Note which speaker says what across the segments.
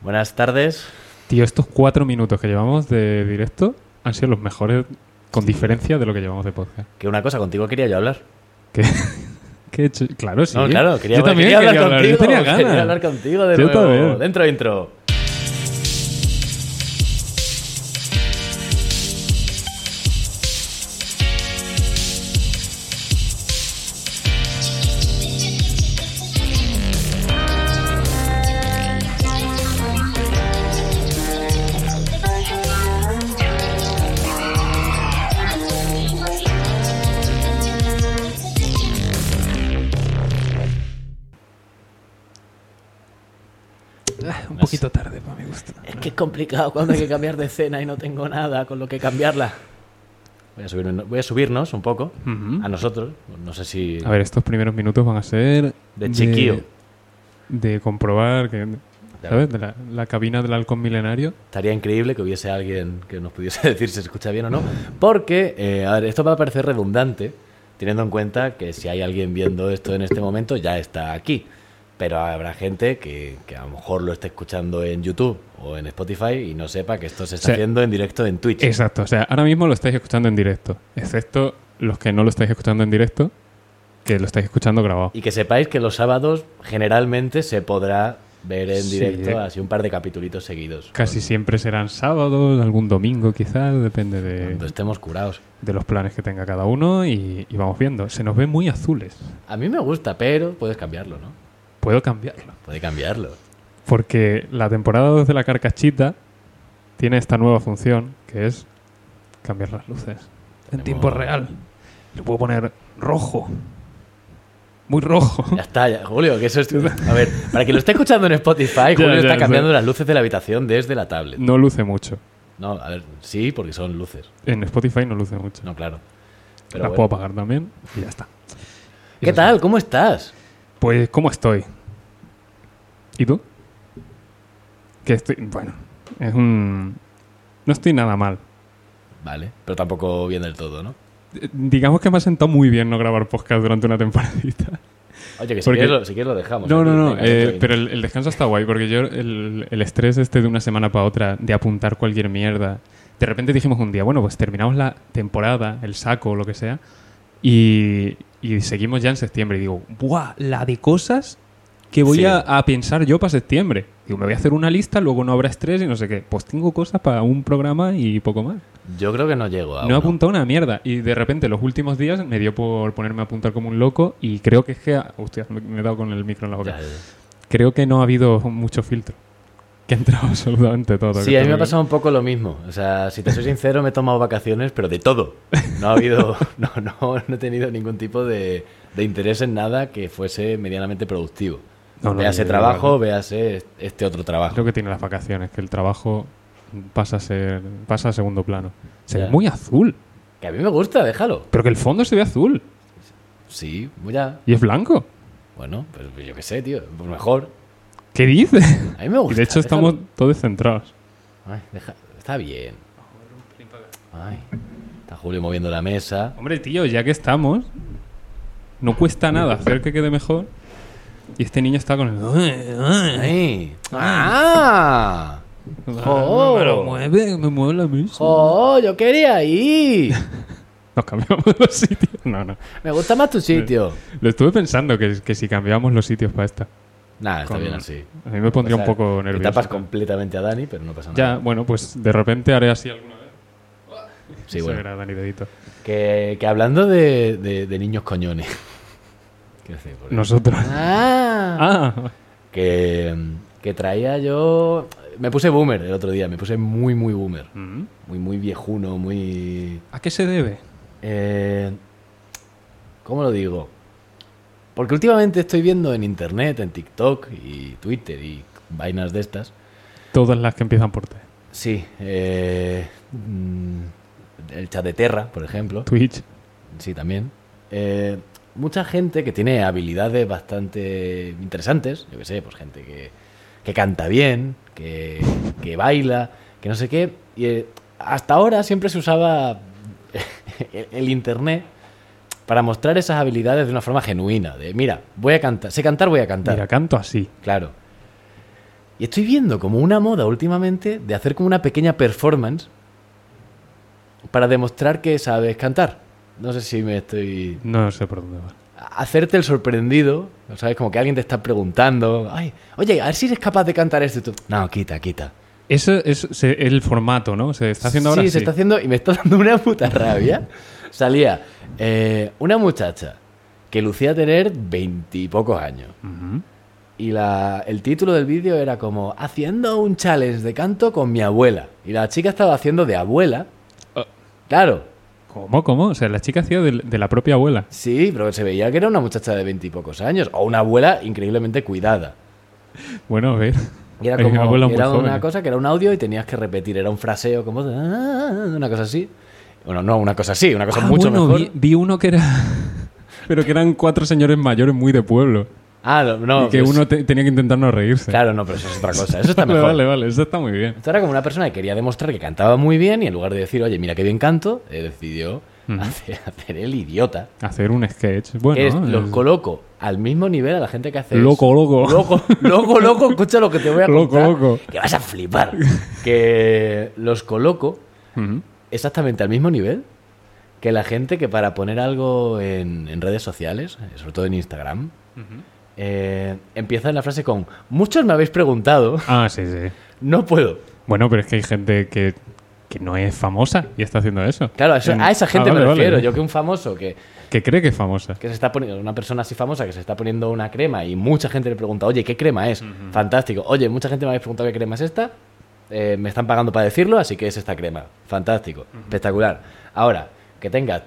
Speaker 1: Buenas tardes.
Speaker 2: Tío, estos cuatro minutos que llevamos de directo han sido los mejores con diferencia de lo que llevamos de podcast.
Speaker 1: Que una cosa, contigo quería yo hablar.
Speaker 2: ¿Qué, qué he hecho? Claro, sí.
Speaker 1: No, claro, quería,
Speaker 2: yo también
Speaker 1: quería hablar
Speaker 2: quería hablar,
Speaker 1: contigo.
Speaker 2: yo tenía ganas.
Speaker 1: Quería hablar contigo de
Speaker 2: Yo
Speaker 1: nuevo.
Speaker 2: también.
Speaker 1: Dentro intro.
Speaker 3: Ah, Un poquito tarde, para mi gusto.
Speaker 1: Es que es complicado cuando hay que cambiar de escena y no tengo nada con lo que cambiarla. Voy a, subirme- voy a subirnos un poco
Speaker 2: Ujú.
Speaker 1: a nosotros. No sé si.
Speaker 2: A ver, estos primeros minutos van a ser...
Speaker 1: De chequeo.
Speaker 2: De, comprobar que...
Speaker 1: Ya.
Speaker 2: ¿Sabes? De la, la cabina del halcón milenario.
Speaker 1: Estaría increíble que hubiese alguien que nos pudiese decir si se escucha bien o no. Porque, eh, a ver, esto va a parecer redundante, teniendo en cuenta que si hay alguien viendo esto en este momento, ya está aquí. Pero habrá gente que, que a lo mejor lo esté escuchando en YouTube o en Spotify y no sepa que esto se está
Speaker 2: Sí.
Speaker 1: haciendo en directo en Twitch.
Speaker 2: Exacto. O sea, ahora mismo lo estáis escuchando en directo. Excepto los que no lo estáis escuchando en directo, que lo estáis escuchando grabado.
Speaker 1: Y que sepáis que los sábados generalmente se podrá ver en
Speaker 2: Sí,
Speaker 1: directo
Speaker 2: eh.
Speaker 1: así un par de capitulitos seguidos.
Speaker 2: Casi siempre serán sábados, algún domingo quizás, depende de,
Speaker 1: Cuando estemos curados.
Speaker 2: de los planes que tenga cada uno y, y vamos viendo. Se nos ven muy azules.
Speaker 1: A mí me gusta, pero puedes cambiarlo, ¿no?
Speaker 2: Puedo cambiarlo.
Speaker 1: Puede cambiarlo.
Speaker 2: Porque la temporada 2 de la carcachita tiene esta nueva función que es cambiar las luces. En
Speaker 1: Tenemos-
Speaker 2: tiempo real. Le puedo poner rojo. Muy rojo.
Speaker 1: Ya está, ya, Julio, que eso es... A ver, para quien lo esté escuchando en Spotify, Julio
Speaker 2: Ya, ya,
Speaker 1: está
Speaker 2: ya.
Speaker 1: cambiando las luces de la habitación desde la tablet.
Speaker 2: No luce mucho.
Speaker 1: No, a ver, sí, porque son luces.
Speaker 2: En Spotify no luce mucho.
Speaker 1: No, claro. Pero
Speaker 2: las
Speaker 1: bueno.
Speaker 2: puedo apagar también y ya está.
Speaker 1: ¿Qué tal? ¿Cómo estás?
Speaker 2: Pues, ¿cómo estoy? ¿Y tú? Que estoy. Bueno, es un. No estoy nada mal.
Speaker 1: Vale, pero tampoco bien del todo, ¿no?
Speaker 2: Eh, Digamos que me ha sentado muy bien no grabar podcast durante una temporadita.
Speaker 1: Oye, que si,
Speaker 2: Porque-
Speaker 1: quieres, lo, si quieres lo dejamos.
Speaker 2: No,
Speaker 1: aquí.
Speaker 2: no, no.
Speaker 1: Venga,
Speaker 2: eh,
Speaker 1: dentro,
Speaker 2: pero
Speaker 1: dentro.
Speaker 2: el, el descanso está guay, porque yo el, el estrés este de una semana para otra, de apuntar cualquier mierda. De repente dijimos un día, bueno, pues terminamos la temporada, el saco o lo que sea, y, y seguimos ya en septiembre. Y digo, ¡buah! La de cosas que voy
Speaker 1: Sí.
Speaker 2: a, a pensar yo para septiembre. Digo, me voy a hacer una lista, luego no habrá estrés y no sé qué. Pues tengo cosas para un programa y poco más.
Speaker 1: Yo creo que no llego a
Speaker 2: No he
Speaker 1: uno.
Speaker 2: apuntado una mierda. Y de repente, los últimos días me dio por ponerme a apuntar como un loco. Y creo que es que. Hostia, me me he dado con el micro en la boca.
Speaker 1: Ya, ya, ya.
Speaker 2: Creo que no ha habido mucho filtro. Que ha entrado absolutamente todo.
Speaker 1: Sí,
Speaker 2: Que
Speaker 1: a mí me ha
Speaker 2: todo-
Speaker 1: pasado un poco lo mismo. O sea, si te soy sincero, me he tomado vacaciones, pero de todo. No ha habido, no, no, no he tenido ningún tipo de, de interés en nada que fuese medianamente productivo.
Speaker 2: No, no,
Speaker 1: véase
Speaker 2: yo-
Speaker 1: trabajo, véase este otro
Speaker 2: Es
Speaker 1: trabajo.
Speaker 2: lo que tiene las vacaciones, que el trabajo pasa a ser pasa a segundo plano. Se ve
Speaker 1: Ya.
Speaker 2: muy azul,
Speaker 1: Que a mí me gusta, déjalo.
Speaker 2: pero que el fondo se ve azul
Speaker 1: Sí, pues ya.
Speaker 2: y es blanco.
Speaker 1: Bueno, pues yo qué sé, tío. Pues mejor.
Speaker 2: ¿Qué dices?
Speaker 1: A mí me gusta.
Speaker 2: Y de hecho
Speaker 1: déjalo.
Speaker 2: estamos todos descentrados.
Speaker 1: Ay, deja- Está bien. Ay, está Julio moviendo la mesa.
Speaker 2: Hombre, tío, ya que estamos, no cuesta nada hacer que quede mejor. Y este niño está con el...
Speaker 1: Ay. ¡Ah! ¡Jo!
Speaker 2: Pero mueve, me mueve la mesa.
Speaker 1: ¡Oh, yo quería ir!
Speaker 2: Nos cambiamos de sitio. No, no.
Speaker 1: Me gusta más tu sitio.
Speaker 2: Lo estuve pensando que, que si cambiamos los sitios para esta.
Speaker 1: Nada, está
Speaker 2: Con-
Speaker 1: bien así.
Speaker 2: A mí me pondría
Speaker 1: O sea,
Speaker 2: un poco
Speaker 1: te
Speaker 2: nervioso.
Speaker 1: tapas completamente a Dani, pero no pasa
Speaker 2: Ya,
Speaker 1: nada.
Speaker 2: bueno, pues de repente haré así alguna vez.
Speaker 1: Sí,
Speaker 2: Se
Speaker 1: bueno.
Speaker 2: verá Dani Dedito.
Speaker 1: Que, que hablando de, de- de niños coñones. Quiero decir, por-
Speaker 2: Nosotros.
Speaker 1: ¡Ah!
Speaker 2: Ah,
Speaker 1: Que, que traía yo. Me puse boomer el otro día, me puse muy, muy boomer.
Speaker 2: mm.
Speaker 1: Muy, muy viejuno, muy.
Speaker 2: ¿a qué se debe?
Speaker 1: Eh, ¿Cómo lo digo? Porque últimamente estoy viendo en internet, en TikTok y Twitter y vainas de estas.
Speaker 2: Todas las que empiezan por T.
Speaker 1: Sí, eh, mm, el chat de Terra, por ejemplo.
Speaker 2: Twitch.
Speaker 1: Sí, también. Eh, mucha gente que tiene habilidades bastante interesantes, yo que sé, pues gente que, que canta bien, que, que baila, que no sé qué. Y eh, hasta ahora siempre se usaba el, el internet para mostrar esas habilidades de una forma genuina. De, mira, voy a cantar, sé cantar, voy a cantar.
Speaker 2: Mira, canto así.
Speaker 1: Claro. Y estoy viendo como una moda últimamente de hacer como una pequeña performance para demostrar que sabes cantar. No sé si me estoy...
Speaker 2: No sé por dónde va.
Speaker 1: Hacerte el sorprendido, ¿no ¿sabes? Como que alguien te está preguntando, Ay, oye, a ver si eres capaz de cantar esto. Y tú, No, quita, quita.
Speaker 2: Eso es se- el formato, ¿no? Se está haciendo ahora.
Speaker 1: Sí, se está haciendo y me está dando una puta rabia. Salía eh, una muchacha que lucía tener veintipocos años.
Speaker 2: Ujú.
Speaker 1: Y la- el título del vídeo era como Haciendo un challenge de canto con mi abuela. Y la chica estaba haciendo de abuela.
Speaker 2: Ah.
Speaker 1: Claro,
Speaker 2: ¿Cómo, cómo? O sea, la chica hacía de, de la propia abuela.
Speaker 1: sí, pero se veía que era una muchacha de veintipocos años. O una abuela increíblemente cuidada.
Speaker 2: Bueno, a ver.
Speaker 1: Y era
Speaker 2: Hay
Speaker 1: como
Speaker 2: abuelas muy ¿eh?
Speaker 1: era una
Speaker 2: jóvenes.
Speaker 1: cosa que era un audio y tenías que repetir, era un fraseo como de, "Ah", una cosa así. Bueno, no, una cosa así, una cosa
Speaker 2: Ah,
Speaker 1: mucho
Speaker 2: bueno,
Speaker 1: mejor.
Speaker 2: Vi, vi uno que era. Pero que eran cuatro señores mayores muy de pueblo.
Speaker 1: Ah, no, no,
Speaker 2: y que
Speaker 1: pues-
Speaker 2: uno te- tenía que intentar no reírse.
Speaker 1: Claro, no, pero eso es otra cosa. Eso está
Speaker 2: vale,
Speaker 1: mejor.
Speaker 2: vale, vale. Eso está muy bien.
Speaker 1: Esto era como una persona que quería demostrar que cantaba muy bien y en lugar de decir, oye, mira qué bien canto, eh, decidió
Speaker 2: Ujú.
Speaker 1: hacer, hacer el idiota.
Speaker 2: Hacer un sketch. Bueno,
Speaker 1: Que es, los
Speaker 2: es-
Speaker 1: coloco al mismo nivel a la gente que hace
Speaker 2: Loco,
Speaker 1: eso.
Speaker 2: loco.
Speaker 1: Loco, loco, loco, escucha lo que te voy a
Speaker 2: Loco,
Speaker 1: contar.
Speaker 2: loco.
Speaker 1: Que vas a flipar. Que los coloco
Speaker 2: Ujú.
Speaker 1: exactamente al mismo nivel que la gente que para poner algo en, en redes sociales, sobre todo en Instagram, eh, empieza la frase con, muchos me habéis preguntado,
Speaker 2: Ah, sí, sí.
Speaker 1: no puedo.
Speaker 2: Bueno, pero es que hay gente que, que no es famosa y está haciendo eso.
Speaker 1: Claro, a, eso-
Speaker 2: En-
Speaker 1: a esa gente
Speaker 2: Ah, vale,
Speaker 1: me
Speaker 2: vale.
Speaker 1: refiero. Yo que un famoso que,
Speaker 2: Que cree que es famosa.
Speaker 1: que se está poniendo, una persona así famosa que se está poniendo una crema y mucha gente le pregunta, oye, ¿qué crema es? Fantástico. Oye, mucha gente me habéis preguntado qué crema es esta. Eh, me están pagando para decirlo, así que es esta crema. Fantástico, espectacular. Ahora, que tengas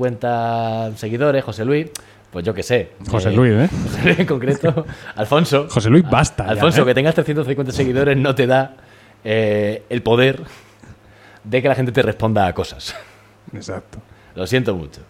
Speaker 1: 350 seguidores, José Luis, pues yo qué sé.
Speaker 2: José
Speaker 1: Eh,
Speaker 2: Luis, ¿eh?
Speaker 1: José Luis en concreto, Alfonso.
Speaker 2: José Luis, basta. ya,
Speaker 1: Alfonso,
Speaker 2: ¿eh?
Speaker 1: que tengas 350 seguidores no te da eh, el poder de que la gente te responda a cosas.
Speaker 2: Exacto.
Speaker 1: Lo siento mucho.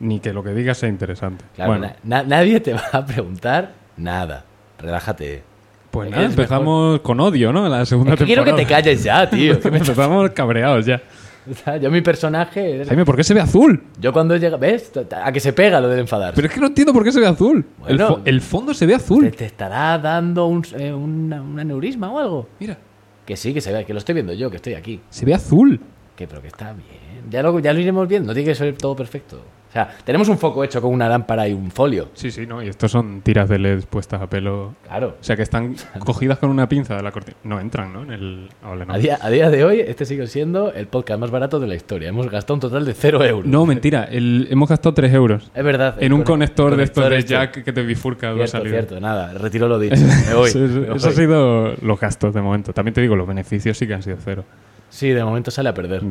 Speaker 2: Ni que lo que digas sea interesante.
Speaker 1: Claro,
Speaker 2: bueno,
Speaker 1: na- nadie te va a preguntar nada. Relájate.
Speaker 2: pues nada,
Speaker 1: eres
Speaker 2: empezamos con odio, ¿no? La segunda
Speaker 1: Es que quiero
Speaker 2: temporada.
Speaker 1: que te calles ya, tío. que me-
Speaker 2: empezamos cabreados ya.
Speaker 1: o sea, yo mi personaje...
Speaker 2: Jaime, ¿por qué se ve azul?
Speaker 1: Yo cuando llega... ¿Ves? A que se pega lo del enfadar.
Speaker 2: Pero es que no entiendo por qué se ve azul. el,
Speaker 1: Bueno.
Speaker 2: fo- el fondo se ve
Speaker 1: Te,
Speaker 2: azul.
Speaker 1: te estará dando un, eh, una- un aneurisma o algo.
Speaker 2: Mira,
Speaker 1: Que sí, que se vea, que lo estoy viendo yo, que estoy aquí.
Speaker 2: se ve azul.
Speaker 1: Que pero que está bien. Ya lo, ya lo iremos viendo, no tiene que ser todo perfecto. O sea, tenemos un foco hecho con una lámpara y un folio.
Speaker 2: Sí, sí, no. Y estos son tiras de LED puestas a pelo.
Speaker 1: Claro.
Speaker 2: O sea, que están cogidas con una pinza de la cortina. No entran, ¿no? En el... ah, vale, no.
Speaker 1: A día, a día de hoy, este sigue siendo el podcast más barato de la historia. Hemos gastado un total de cero euros.
Speaker 2: No, mentira. el- hemos gastado 3 euros.
Speaker 1: Es verdad.
Speaker 2: En un
Speaker 1: el con-
Speaker 2: conector de estos de
Speaker 1: este.
Speaker 2: jack que te bifurca dos
Speaker 1: Cierto,
Speaker 2: salidas.
Speaker 1: cierto, nada, retiro lo dicho. Me voy.
Speaker 2: Eso, eso-
Speaker 1: me
Speaker 2: eso ha
Speaker 1: voy.
Speaker 2: sido los gastos de momento. También te digo, los beneficios sí que han sido cero.
Speaker 1: Sí, de momento sale a perder.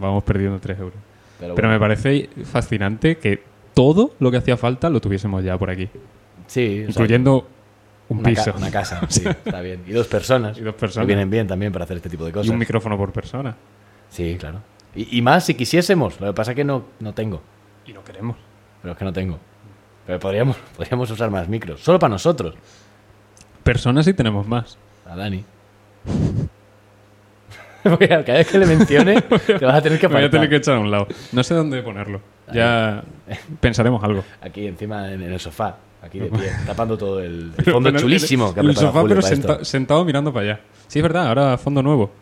Speaker 2: Vamos perdiendo 3 euros.
Speaker 1: Pero,
Speaker 2: Mm. Pero me
Speaker 1: bueno,
Speaker 2: parece fascinante que todo lo que hacía falta lo tuviésemos ya por aquí.
Speaker 1: sí, o sea,
Speaker 2: Incluyendo un
Speaker 1: una, ca-
Speaker 2: piso.
Speaker 1: una casa, sí, está bien. Y dos personas.
Speaker 2: Y dos personas.
Speaker 1: Que vienen bien también para hacer este tipo de cosas.
Speaker 2: Y un micrófono por persona.
Speaker 1: Sí, claro. Y, y más si quisiésemos. Lo que pasa es que no, no tengo.
Speaker 2: Y no queremos.
Speaker 1: Pero es que no tengo. Pero podríamos, podríamos usar más micros. Solo para nosotros.
Speaker 2: Personas sí tenemos más.
Speaker 1: A Dani. Voy a- Cada vez que le mencione, te vas a tener que
Speaker 2: Me voy a
Speaker 1: apartar.
Speaker 2: tener que echar a un lado. No sé dónde ponerlo. Ya pensaremos algo.
Speaker 1: Aquí encima en, en el sofá. Aquí de pie, tapando todo el, el fondo chulísimo que ha
Speaker 2: El
Speaker 1: preparado
Speaker 2: sofá,
Speaker 1: Julio
Speaker 2: pero
Speaker 1: para esto.
Speaker 2: senta- sentado mirando para allá. Sí, es verdad, ahora fondo nuevo.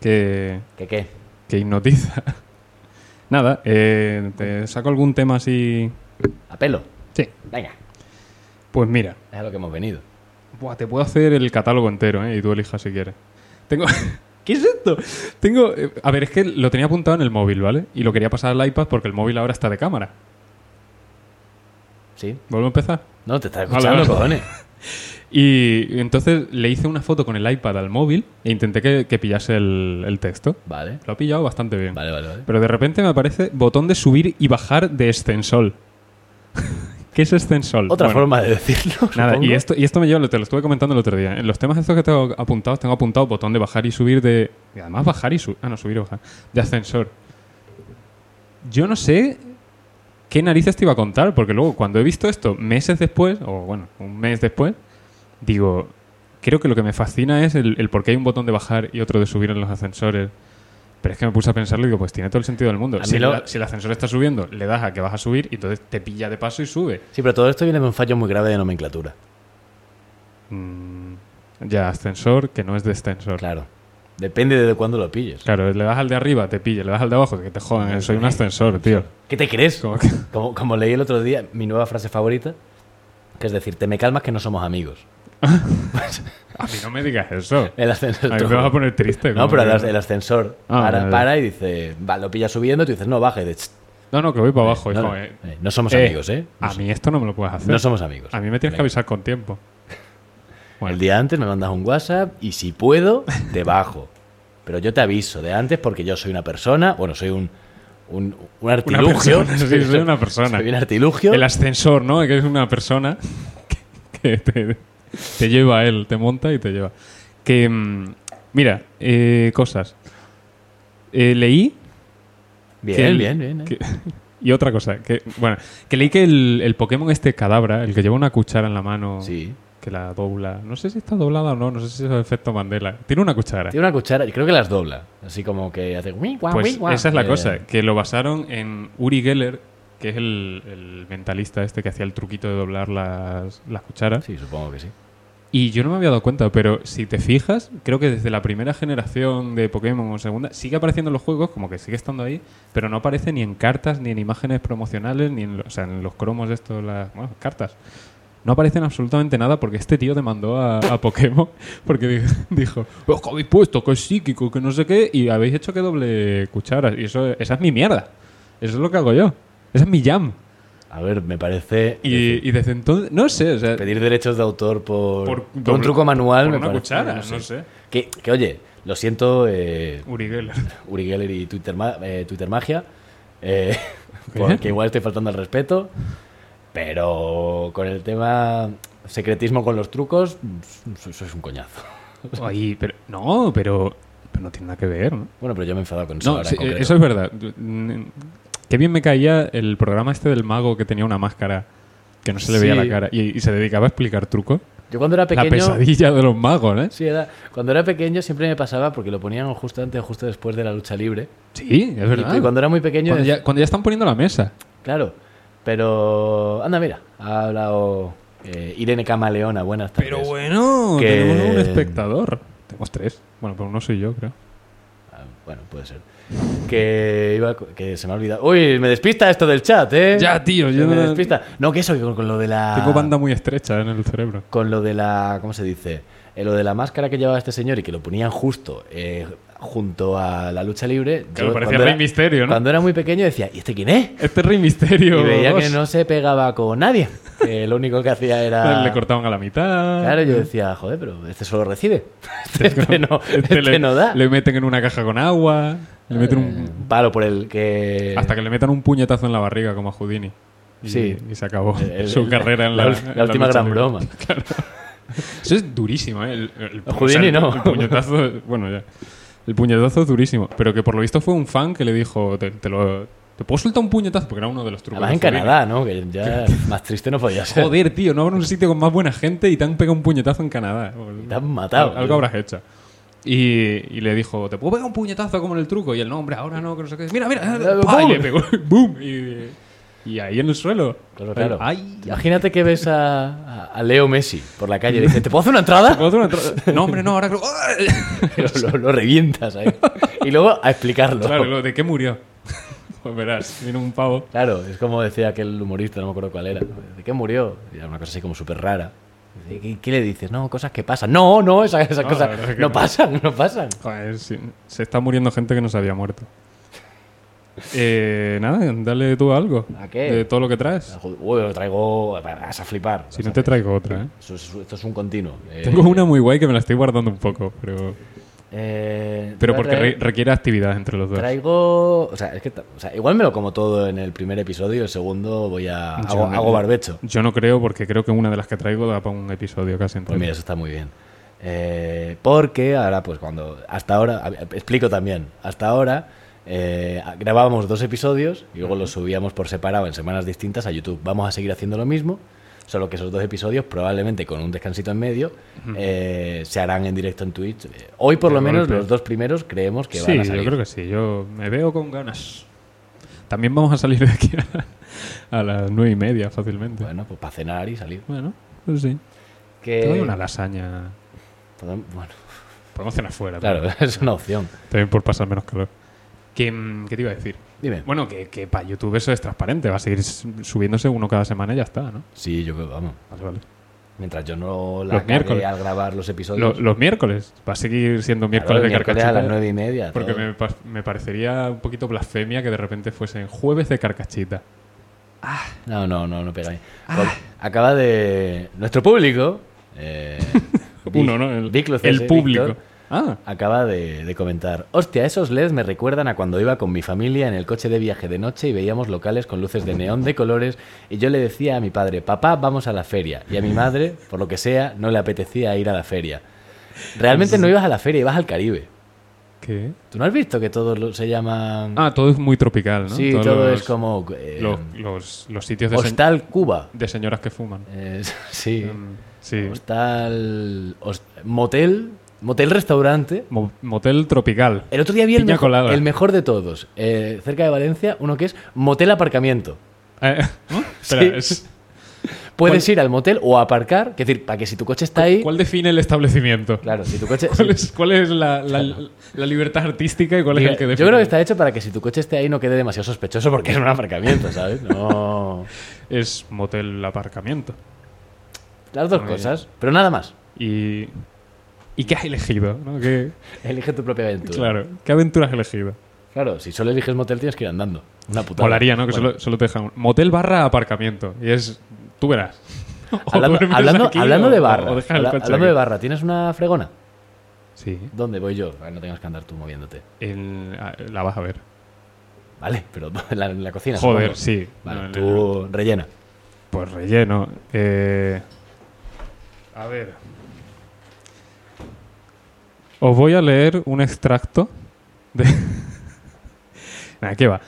Speaker 2: Que,
Speaker 1: ¿Qué qué?
Speaker 2: que hipnotiza. Nada, eh, te saco algún tema así.
Speaker 1: ¿A pelo?
Speaker 2: Sí.
Speaker 1: Venga,
Speaker 2: Pues mira,
Speaker 1: es a lo que hemos venido.
Speaker 2: buah, te puedo hacer el catálogo entero, ¿eh? Y tú elijas si quieres. Tengo. ¿Qué es esto? Tengo. eh, A ver, es que lo tenía apuntado en el móvil, ¿vale? Y lo quería pasar al iPad porque el móvil ahora está de cámara.
Speaker 1: ¿Sí?
Speaker 2: Vuelvo a empezar.
Speaker 1: No, te estás
Speaker 2: Vale,
Speaker 1: escuchando,
Speaker 2: vale.
Speaker 1: cojones.
Speaker 2: Y entonces le hice una foto con el iPad al móvil e intenté que, que pillase el, el texto.
Speaker 1: Vale,
Speaker 2: Lo ha pillado bastante bien.
Speaker 1: vale, vale. vale.
Speaker 2: Pero de repente me aparece botón de subir y bajar de Extensol. ¿Qué es Extensol?
Speaker 1: Otra
Speaker 2: Bueno,
Speaker 1: forma de decirlo.
Speaker 2: Nada,
Speaker 1: supongo.
Speaker 2: y esto, y esto me lleva, lo- te lo estuve comentando el otro día. En los temas estos que tengo apuntados, tengo apuntado botón de bajar y subir de. Y además bajar y subir. Ah, no, subir y bajar. De ascensor. Yo no sé qué narices te iba a contar, porque luego cuando he visto esto meses después, o bueno, un mes después, digo, creo que lo que me fascina es el, el por qué hay un botón de bajar y otro de subir en los ascensores. Pero es que me puse a pensarlo y digo, pues tiene todo el sentido del mundo.
Speaker 1: A
Speaker 2: Si,
Speaker 1: mí lo-
Speaker 2: la- si el ascensor está subiendo, le das a que vas a subir y entonces te pilla de paso y sube.
Speaker 1: Sí, pero todo esto viene de un fallo muy grave de nomenclatura.
Speaker 2: Mm, ya ascensor que no es descensor.
Speaker 1: Claro. Depende de cuándo lo pilles.
Speaker 2: Claro, le vas al de arriba, te pilla, le vas al de abajo, que te jodan, soy un ascensor, tío.
Speaker 1: ¿Qué te crees?
Speaker 2: Como que-
Speaker 1: Como, como leí el otro día, mi nueva frase favorita, que es decir, te me calmas que no somos amigos.
Speaker 2: A mí no me digas eso.
Speaker 1: El ascensor.
Speaker 2: A mí me vas a poner triste.
Speaker 1: No,
Speaker 2: como
Speaker 1: pero el,
Speaker 2: que-
Speaker 1: as- el ascensor
Speaker 2: Ah,
Speaker 1: para,
Speaker 2: vale.
Speaker 1: para y dice, va, lo pillas subiendo, tú dices, no, baje. De, "Tss,
Speaker 2: No, no, que voy para abajo.
Speaker 1: no,
Speaker 2: hijo,
Speaker 1: no,
Speaker 2: eh.
Speaker 1: eh, no somos
Speaker 2: Eh,
Speaker 1: amigos, ¿eh? No,
Speaker 2: A
Speaker 1: so-
Speaker 2: mí esto no me lo puedes hacer.
Speaker 1: no somos amigos.
Speaker 2: A mí me tienes que
Speaker 1: Venga.
Speaker 2: avisar con tiempo. Bueno,
Speaker 1: El día antes me mandas un WhatsApp y si puedo, te bajo. Pero yo te aviso de antes porque yo soy una persona, bueno, soy un, un, un artilugio.
Speaker 2: persona, sí, soy una persona.
Speaker 1: Soy un artilugio.
Speaker 2: el ascensor, ¿no? Que es una persona que, que te, te lleva a él, te monta y te lleva. Que, mm, mira, eh, cosas. Eh, leí que
Speaker 1: Bien,
Speaker 2: el-
Speaker 1: bien, bien. eh.
Speaker 2: que- y otra cosa, que bueno, que leí que el, el Pokémon este Cadabra, el que lleva una cuchara en la mano,
Speaker 1: Sí.
Speaker 2: que la dobla, no sé si está doblada o no, no sé si es el efecto Mandela. Tiene una cuchara.
Speaker 1: Tiene una cuchara, creo que las dobla. Así como que hace. "Guau, guau,
Speaker 2: Pues
Speaker 1: guau".
Speaker 2: esa es la
Speaker 1: Eh,
Speaker 2: cosa, que lo basaron en Uri Geller, que es el, el mentalista este que hacía el truquito de doblar las, las cucharas.
Speaker 1: Sí, supongo que sí.
Speaker 2: Y yo no me había dado cuenta, pero si te fijas, creo que desde la primera generación de Pokémon o segunda, sigue apareciendo en los juegos, como que sigue estando ahí, pero no aparece ni en cartas, ni en imágenes promocionales, ni en, lo- o sea, en los cromos de estos, las bueno, cartas. No aparecen absolutamente nada porque este tío demandó a, a Pokémon porque di- dijo, os habéis puesto que es psíquico, que no sé qué, y habéis hecho que doble cucharas. Y eso, esa es mi mierda. Eso es lo que hago yo. Esa es mi jam.
Speaker 1: A ver, me parece.
Speaker 2: Y, y desde entonces, no sé, o sea,
Speaker 1: Pedir derechos de autor por,
Speaker 2: Por
Speaker 1: por un
Speaker 2: doble-
Speaker 1: truco manual
Speaker 2: por
Speaker 1: me
Speaker 2: una
Speaker 1: parece,
Speaker 2: cuchara, no sé.
Speaker 1: Que, que, oye, lo siento, eh,
Speaker 2: Uri Geller.
Speaker 1: Uri Geller y Twitter, ma- eh, Twitter Magia, eh,
Speaker 2: ¿Qué?
Speaker 1: porque igual estoy faltando al respeto, pero con el tema secretismo con los trucos, so- sois un coñazo.
Speaker 2: Pues Ahí, pero, no, pero, pero no tiene nada que ver, ¿no?
Speaker 1: Bueno, pero yo me he enfadado con eso.
Speaker 2: No,
Speaker 1: ahora en
Speaker 2: sí, eh,
Speaker 1: concreto.
Speaker 2: eso es verdad. Mm, Qué bien me caía el programa este del mago que tenía una máscara que no se le veía
Speaker 1: Sí.
Speaker 2: la cara y, y se dedicaba a explicar trucos.
Speaker 1: Yo cuando era
Speaker 2: La
Speaker 1: pequeño...
Speaker 2: pesadilla de los magos, ¿eh?
Speaker 1: Sí, era, cuando era pequeño siempre me pasaba porque lo ponían justo antes o justo después de la lucha libre.
Speaker 2: Sí, es verdad.
Speaker 1: Y, y cuando era muy pequeño...
Speaker 2: Cuando
Speaker 1: es-
Speaker 2: ya, cuando ya están poniendo la mesa.
Speaker 1: Claro, pero... Anda, mira, ha hablado eh, Irene Camaleona, buenas tardes.
Speaker 3: Pero bueno,
Speaker 1: Que-
Speaker 2: Tenemos un espectador. Tenemos tres. Bueno, pero uno soy yo, creo.
Speaker 1: Ah, Bueno, puede ser. Que, iba, a co- que se me ha olvidado. Uy, me despista esto del chat, ¿eh?
Speaker 2: Ya, tío,
Speaker 1: Se
Speaker 2: yo
Speaker 1: me
Speaker 2: no-
Speaker 1: despista. No, que eso, que con, con lo de la.
Speaker 2: Tengo banda muy estrecha en el cerebro.
Speaker 1: Con lo de la. ¿Cómo se dice? Eh, lo de la máscara que llevaba este señor y que lo ponían justo eh, junto a la lucha libre.
Speaker 2: Claro,
Speaker 1: yo
Speaker 2: parecía
Speaker 1: cuando
Speaker 2: Rey
Speaker 1: era-
Speaker 2: Misterio, ¿no?
Speaker 1: Cuando era muy pequeño decía, ¿y este quién es?
Speaker 2: Este es Rey
Speaker 1: Y
Speaker 2: Misterio.
Speaker 1: veía que
Speaker 2: dos.
Speaker 1: no se pegaba con nadie. que lo único que hacía era.
Speaker 2: Le cortaban a la mitad.
Speaker 1: Claro, yo decía, joder, pero este solo recibe. Este no,
Speaker 2: Eh. Este
Speaker 1: este
Speaker 2: le,
Speaker 1: no da. Eh,
Speaker 2: le meten en una caja con agua. Le meten un,
Speaker 1: Palo por el que.
Speaker 2: hasta que le metan un puñetazo en la barriga, como a Houdini. Y,
Speaker 1: Sí.
Speaker 2: y se acabó
Speaker 1: El-
Speaker 2: su carrera en la,
Speaker 1: ul-
Speaker 2: en
Speaker 1: la
Speaker 2: la
Speaker 1: última
Speaker 2: lucha
Speaker 1: gran
Speaker 2: libre.
Speaker 1: broma.
Speaker 2: Eso es durísimo, ¿eh? El, el-
Speaker 1: A Houdini
Speaker 2: el-
Speaker 1: no.
Speaker 2: el puñetazo, bueno, ya. El puñetazo es durísimo. Pero que por lo visto fue un fan que le dijo: Te, te lo, te puedo soltar un puñetazo, porque era uno de los trucos.
Speaker 1: Además
Speaker 2: de
Speaker 1: en
Speaker 2: Houdini.
Speaker 1: Canadá, ¿no? Que ya más triste no podía ser.
Speaker 2: Joder, tío, no habrá un sitio con más buena gente y te han pegado un puñetazo en Canadá.
Speaker 1: Te han matado.
Speaker 2: Algo habrás hecho. Y, y le dijo, ¿te puedo pegar un puñetazo como en el truco? Y el nombre, ahora no, que no sé qué. Mira, mira,
Speaker 1: Eh,
Speaker 2: pa, y
Speaker 1: ¡boom!
Speaker 2: le pegó, ¡boom! Y, y ahí en el suelo.
Speaker 1: Claro, claro.
Speaker 2: Ay, ay.
Speaker 1: Imagínate que ves a, a- a Leo Messi por la calle y le dices, ¿te puedo hacer una entrada?
Speaker 2: ¿Puedo hacer una tra- no, hombre, no, ahora creo. ¡Ay!
Speaker 1: Pero lo, lo revientas ahí. Y luego a explicarlo.
Speaker 2: Claro, lo ¿de qué murió? Pues verás, vino un pavo.
Speaker 1: Claro, es como decía aquel humorista, no me acuerdo cuál era. ¿De qué murió? Y Era una cosa así como súper rara. Dice, ¿Qué, qué le dices? No, cosas que pasan. No, no, esas, esas
Speaker 2: No, la
Speaker 1: cosas
Speaker 2: verdad es que
Speaker 1: no
Speaker 2: no.
Speaker 1: pasan, no pasan.
Speaker 2: Joder, sí, se está muriendo gente que no se había muerto. Eh, nada, dale tú algo.
Speaker 1: ¿A qué?
Speaker 2: De todo lo que traes.
Speaker 1: Uy, lo traigo... Vas a flipar.
Speaker 2: Si no te traigo otra, ¿eh?
Speaker 1: Eso es- esto es un continuo. Eh,
Speaker 2: Tengo una muy guay que me la estoy guardando un poco, pero,
Speaker 1: eh, te
Speaker 2: pero
Speaker 1: voy a
Speaker 2: porque
Speaker 1: traer-
Speaker 2: re- requiere actividad entre los dos.
Speaker 1: Traigo. O sea, es que. ta- o sea, igual me lo como todo en el primer episodio, el segundo voy a.
Speaker 2: Yo
Speaker 1: Hago,
Speaker 2: me-
Speaker 1: hago barbecho.
Speaker 2: Yo no creo, porque creo que una de las que traigo da para un episodio casi
Speaker 1: Pues
Speaker 2: entero.
Speaker 1: mira, eso está muy bien. Eh, porque ahora, pues cuando. Hasta ahora. a- Explico también. Hasta ahora. eh, grabábamos dos episodios y luego los subíamos por separado en semanas distintas a YouTube. Vamos a seguir haciendo lo mismo, solo que esos dos episodios, probablemente con un descansito en medio, eh, se harán en directo en Twitch. Eh, Hoy, por
Speaker 2: De
Speaker 1: lo menos,
Speaker 2: golpe.
Speaker 1: los dos primeros creemos que
Speaker 2: sí,
Speaker 1: van a salir.
Speaker 2: yo creo que sí. Yo me veo con ganas. También vamos a salir de aquí a, a las nueve y media fácilmente.
Speaker 1: Bueno, pues para cenar y salir.
Speaker 2: Bueno, pues sí.
Speaker 1: Que...
Speaker 2: Te doy una lasaña
Speaker 1: Podem- Bueno,
Speaker 2: Podemos cenar fuera.
Speaker 1: claro,
Speaker 2: también.
Speaker 1: es una opción.
Speaker 2: También por pasar menos calor. ¿Qué, mm, qué te iba a decir?
Speaker 1: Dime.
Speaker 2: Bueno, que, que para YouTube eso es transparente. Va a seguir s- subiéndose uno cada semana y ya está, ¿no?
Speaker 1: Sí, yo creo, vamos.
Speaker 2: Vale, vale.
Speaker 1: Mientras yo no la
Speaker 2: Los
Speaker 1: cague
Speaker 2: miércoles.
Speaker 1: al grabar los
Speaker 2: Lo-
Speaker 1: episodios.
Speaker 2: los miércoles. Va a seguir siendo
Speaker 1: Claro,
Speaker 2: miércoles de
Speaker 1: miércoles
Speaker 2: carcachita.
Speaker 1: a las nueve y media.
Speaker 2: porque
Speaker 1: todo.
Speaker 2: me, pa- me parecería un poquito blasfemia que de repente fuesen jueves de carcachita.
Speaker 1: No, no, no, no pega. ahí.
Speaker 2: Ah.
Speaker 1: Acaba de. Nuestro público. eh, Vic-
Speaker 2: Uno, ¿no? El,
Speaker 1: Vic Lucese,
Speaker 2: el público.
Speaker 1: Víctor,
Speaker 2: Ah,
Speaker 1: acaba de, de comentar. Hostia, esos LEDs me recuerdan a cuando iba con mi familia en el coche de viaje de noche y veíamos locales con luces de neón de colores. Y yo le decía a mi padre, papá, vamos a la feria. Y a mi madre, por lo que sea, no le apetecía ir a la feria. Realmente no ibas a la feria, ibas al Caribe.
Speaker 2: ¿qué?
Speaker 1: ¿Tú no has visto que todos lo- se llaman.
Speaker 2: Ah, todo es muy tropical, ¿no?
Speaker 1: sí,
Speaker 2: Todos
Speaker 1: todo
Speaker 2: los-
Speaker 1: es como. eh,
Speaker 2: Los, los, los sitios de, se-
Speaker 1: Hostal Cuba.
Speaker 2: de señoras que fuman.
Speaker 1: Eh, sí.
Speaker 2: Mm, Sí.
Speaker 1: Hostal. host- motel. Motel restaurante.
Speaker 2: Mo- motel tropical.
Speaker 1: El otro día vi el,
Speaker 2: Piña
Speaker 1: mejo-
Speaker 2: colada.
Speaker 1: el mejor de todos. eh, cerca de Valencia, uno que es motel aparcamiento.
Speaker 2: Eh, espera,
Speaker 1: Sí.
Speaker 2: es-
Speaker 1: Puedes ir al motel o a aparcar. Es decir, para que si tu coche está ahí.
Speaker 2: ¿cuál define el establecimiento?
Speaker 1: Claro, si tu coche.
Speaker 2: ¿Cuál
Speaker 1: si-
Speaker 2: es, cuál es la, la- la libertad artística y cuál es
Speaker 1: diga-
Speaker 2: el que
Speaker 1: yo
Speaker 2: define?
Speaker 1: creo que está hecho para que si tu coche esté ahí no quede demasiado sospechoso porque es un aparcamiento, ¿sabes? No.
Speaker 2: Es motel aparcamiento.
Speaker 1: Las dos
Speaker 2: Muy bien.
Speaker 1: cosas, pero nada más.
Speaker 2: ¿Y, ¿y qué has elegido? no? ¿Qué,
Speaker 1: Elige tu propia aventura.
Speaker 2: claro, ¿qué aventura has elegido?
Speaker 1: Claro, si solo eliges motel tienes que ir andando. Una putada.
Speaker 2: Molaría, ¿no? Que
Speaker 1: Bueno,
Speaker 2: solo, solo te dejan un motel barra aparcamiento. Y es, tú verás. O
Speaker 1: Hablando,
Speaker 2: duermes
Speaker 1: hablando-
Speaker 2: aquí
Speaker 1: hablando
Speaker 2: o-
Speaker 1: de barra,
Speaker 2: o dejas el
Speaker 1: habla-
Speaker 2: coche
Speaker 1: hablando de
Speaker 2: aquí.
Speaker 1: barra, ¿tienes una fregona?
Speaker 2: Sí,
Speaker 1: ¿Dónde voy yo? Para que no tengas que andar tú moviéndote.
Speaker 2: el- ah, la vas a ver.
Speaker 1: Vale, pero en la, en la cocina. supongo.
Speaker 2: Joder, sí.
Speaker 1: Vale,
Speaker 2: No, no, no.
Speaker 1: tú rellena.
Speaker 2: Pues relleno. eh, A ver. Os voy a leer un extracto de. Nada, ¿qué va?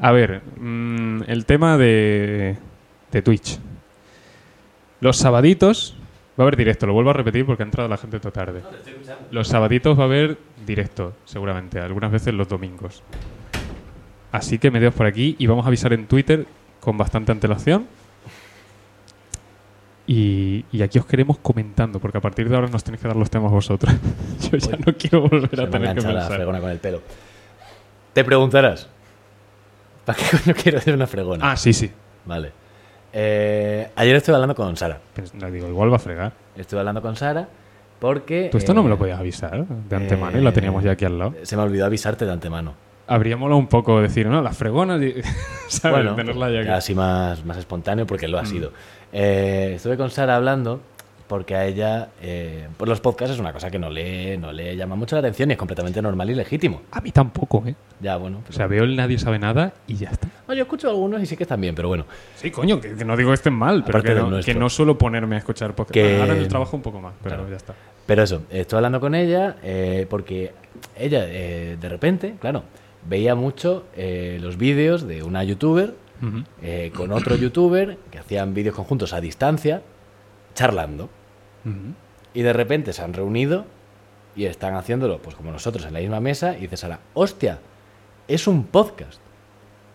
Speaker 2: A ver, mm, el tema de, de Twitch. Los sabaditos. Va a haber directo, lo vuelvo a repetir porque ha entrado la gente esta tarde. Los sabaditos va a haber directo, seguramente, algunas veces los domingos. Así que medeos por aquí y vamos a avisar en Twitter con bastante antelación. Y, y aquí os queremos comentando, porque a partir de ahora nos tenéis que dar los temas vosotros. Yo ya
Speaker 1: Uy.
Speaker 2: no quiero volver
Speaker 1: Se
Speaker 2: a
Speaker 1: me
Speaker 2: tener que
Speaker 1: engancha la
Speaker 2: pensar.
Speaker 1: fregona con el pelo. Te preguntarás. ¿Para qué coño quiero hacer una fregona?
Speaker 2: Ah, sí, sí.
Speaker 1: Vale. Eh, ayer estuve hablando con Sara.
Speaker 2: Pens- no, Pues, digo, igual va a fregar.
Speaker 1: Estuve hablando con Sara porque.
Speaker 2: Tú esto no me lo
Speaker 1: eh,
Speaker 2: podías avisar de antemano y la teníamos ya aquí al lado.
Speaker 1: Se me olvidó avisarte de antemano.
Speaker 2: Habría molado un poco decir, no, las fregonas, y- ¿sabes?
Speaker 1: Bueno,
Speaker 2: Tenerla ya aquí. Mm.
Speaker 1: ya así más, más espontáneo porque lo ha sido. Eh, estuve con Sara hablando porque a ella, eh, pues los podcasts es una cosa que no le, no le llama mucho la atención y es completamente normal y legítimo.
Speaker 2: A mí tampoco, ¿eh?
Speaker 1: Ya, bueno. pero-
Speaker 2: O sea, veo el Nadie Sabe Nada y ya está.
Speaker 1: No, yo escucho algunos y sí que están bien, pero bueno.
Speaker 2: Sí, coño, que, que no digo que estén mal, pero
Speaker 1: Aparte
Speaker 2: que
Speaker 1: del
Speaker 2: no,
Speaker 1: nuestro.
Speaker 2: que no suelo ponerme a escuchar podcast.
Speaker 1: Que-
Speaker 2: Ahora en el trabajo un poco más, pero
Speaker 1: Claro.
Speaker 2: ya está.
Speaker 1: Pero eso, estoy hablando con ella eh, porque ella, eh, de repente, claro, veía mucho eh, los vídeos de una youtuber eh, con otro youtuber que hacían vídeos conjuntos a distancia, charlando.
Speaker 2: Ujú.
Speaker 1: Y de repente se han reunido y están haciéndolo, pues como nosotros, en la misma mesa. Y dice Sara, hostia, es un podcast.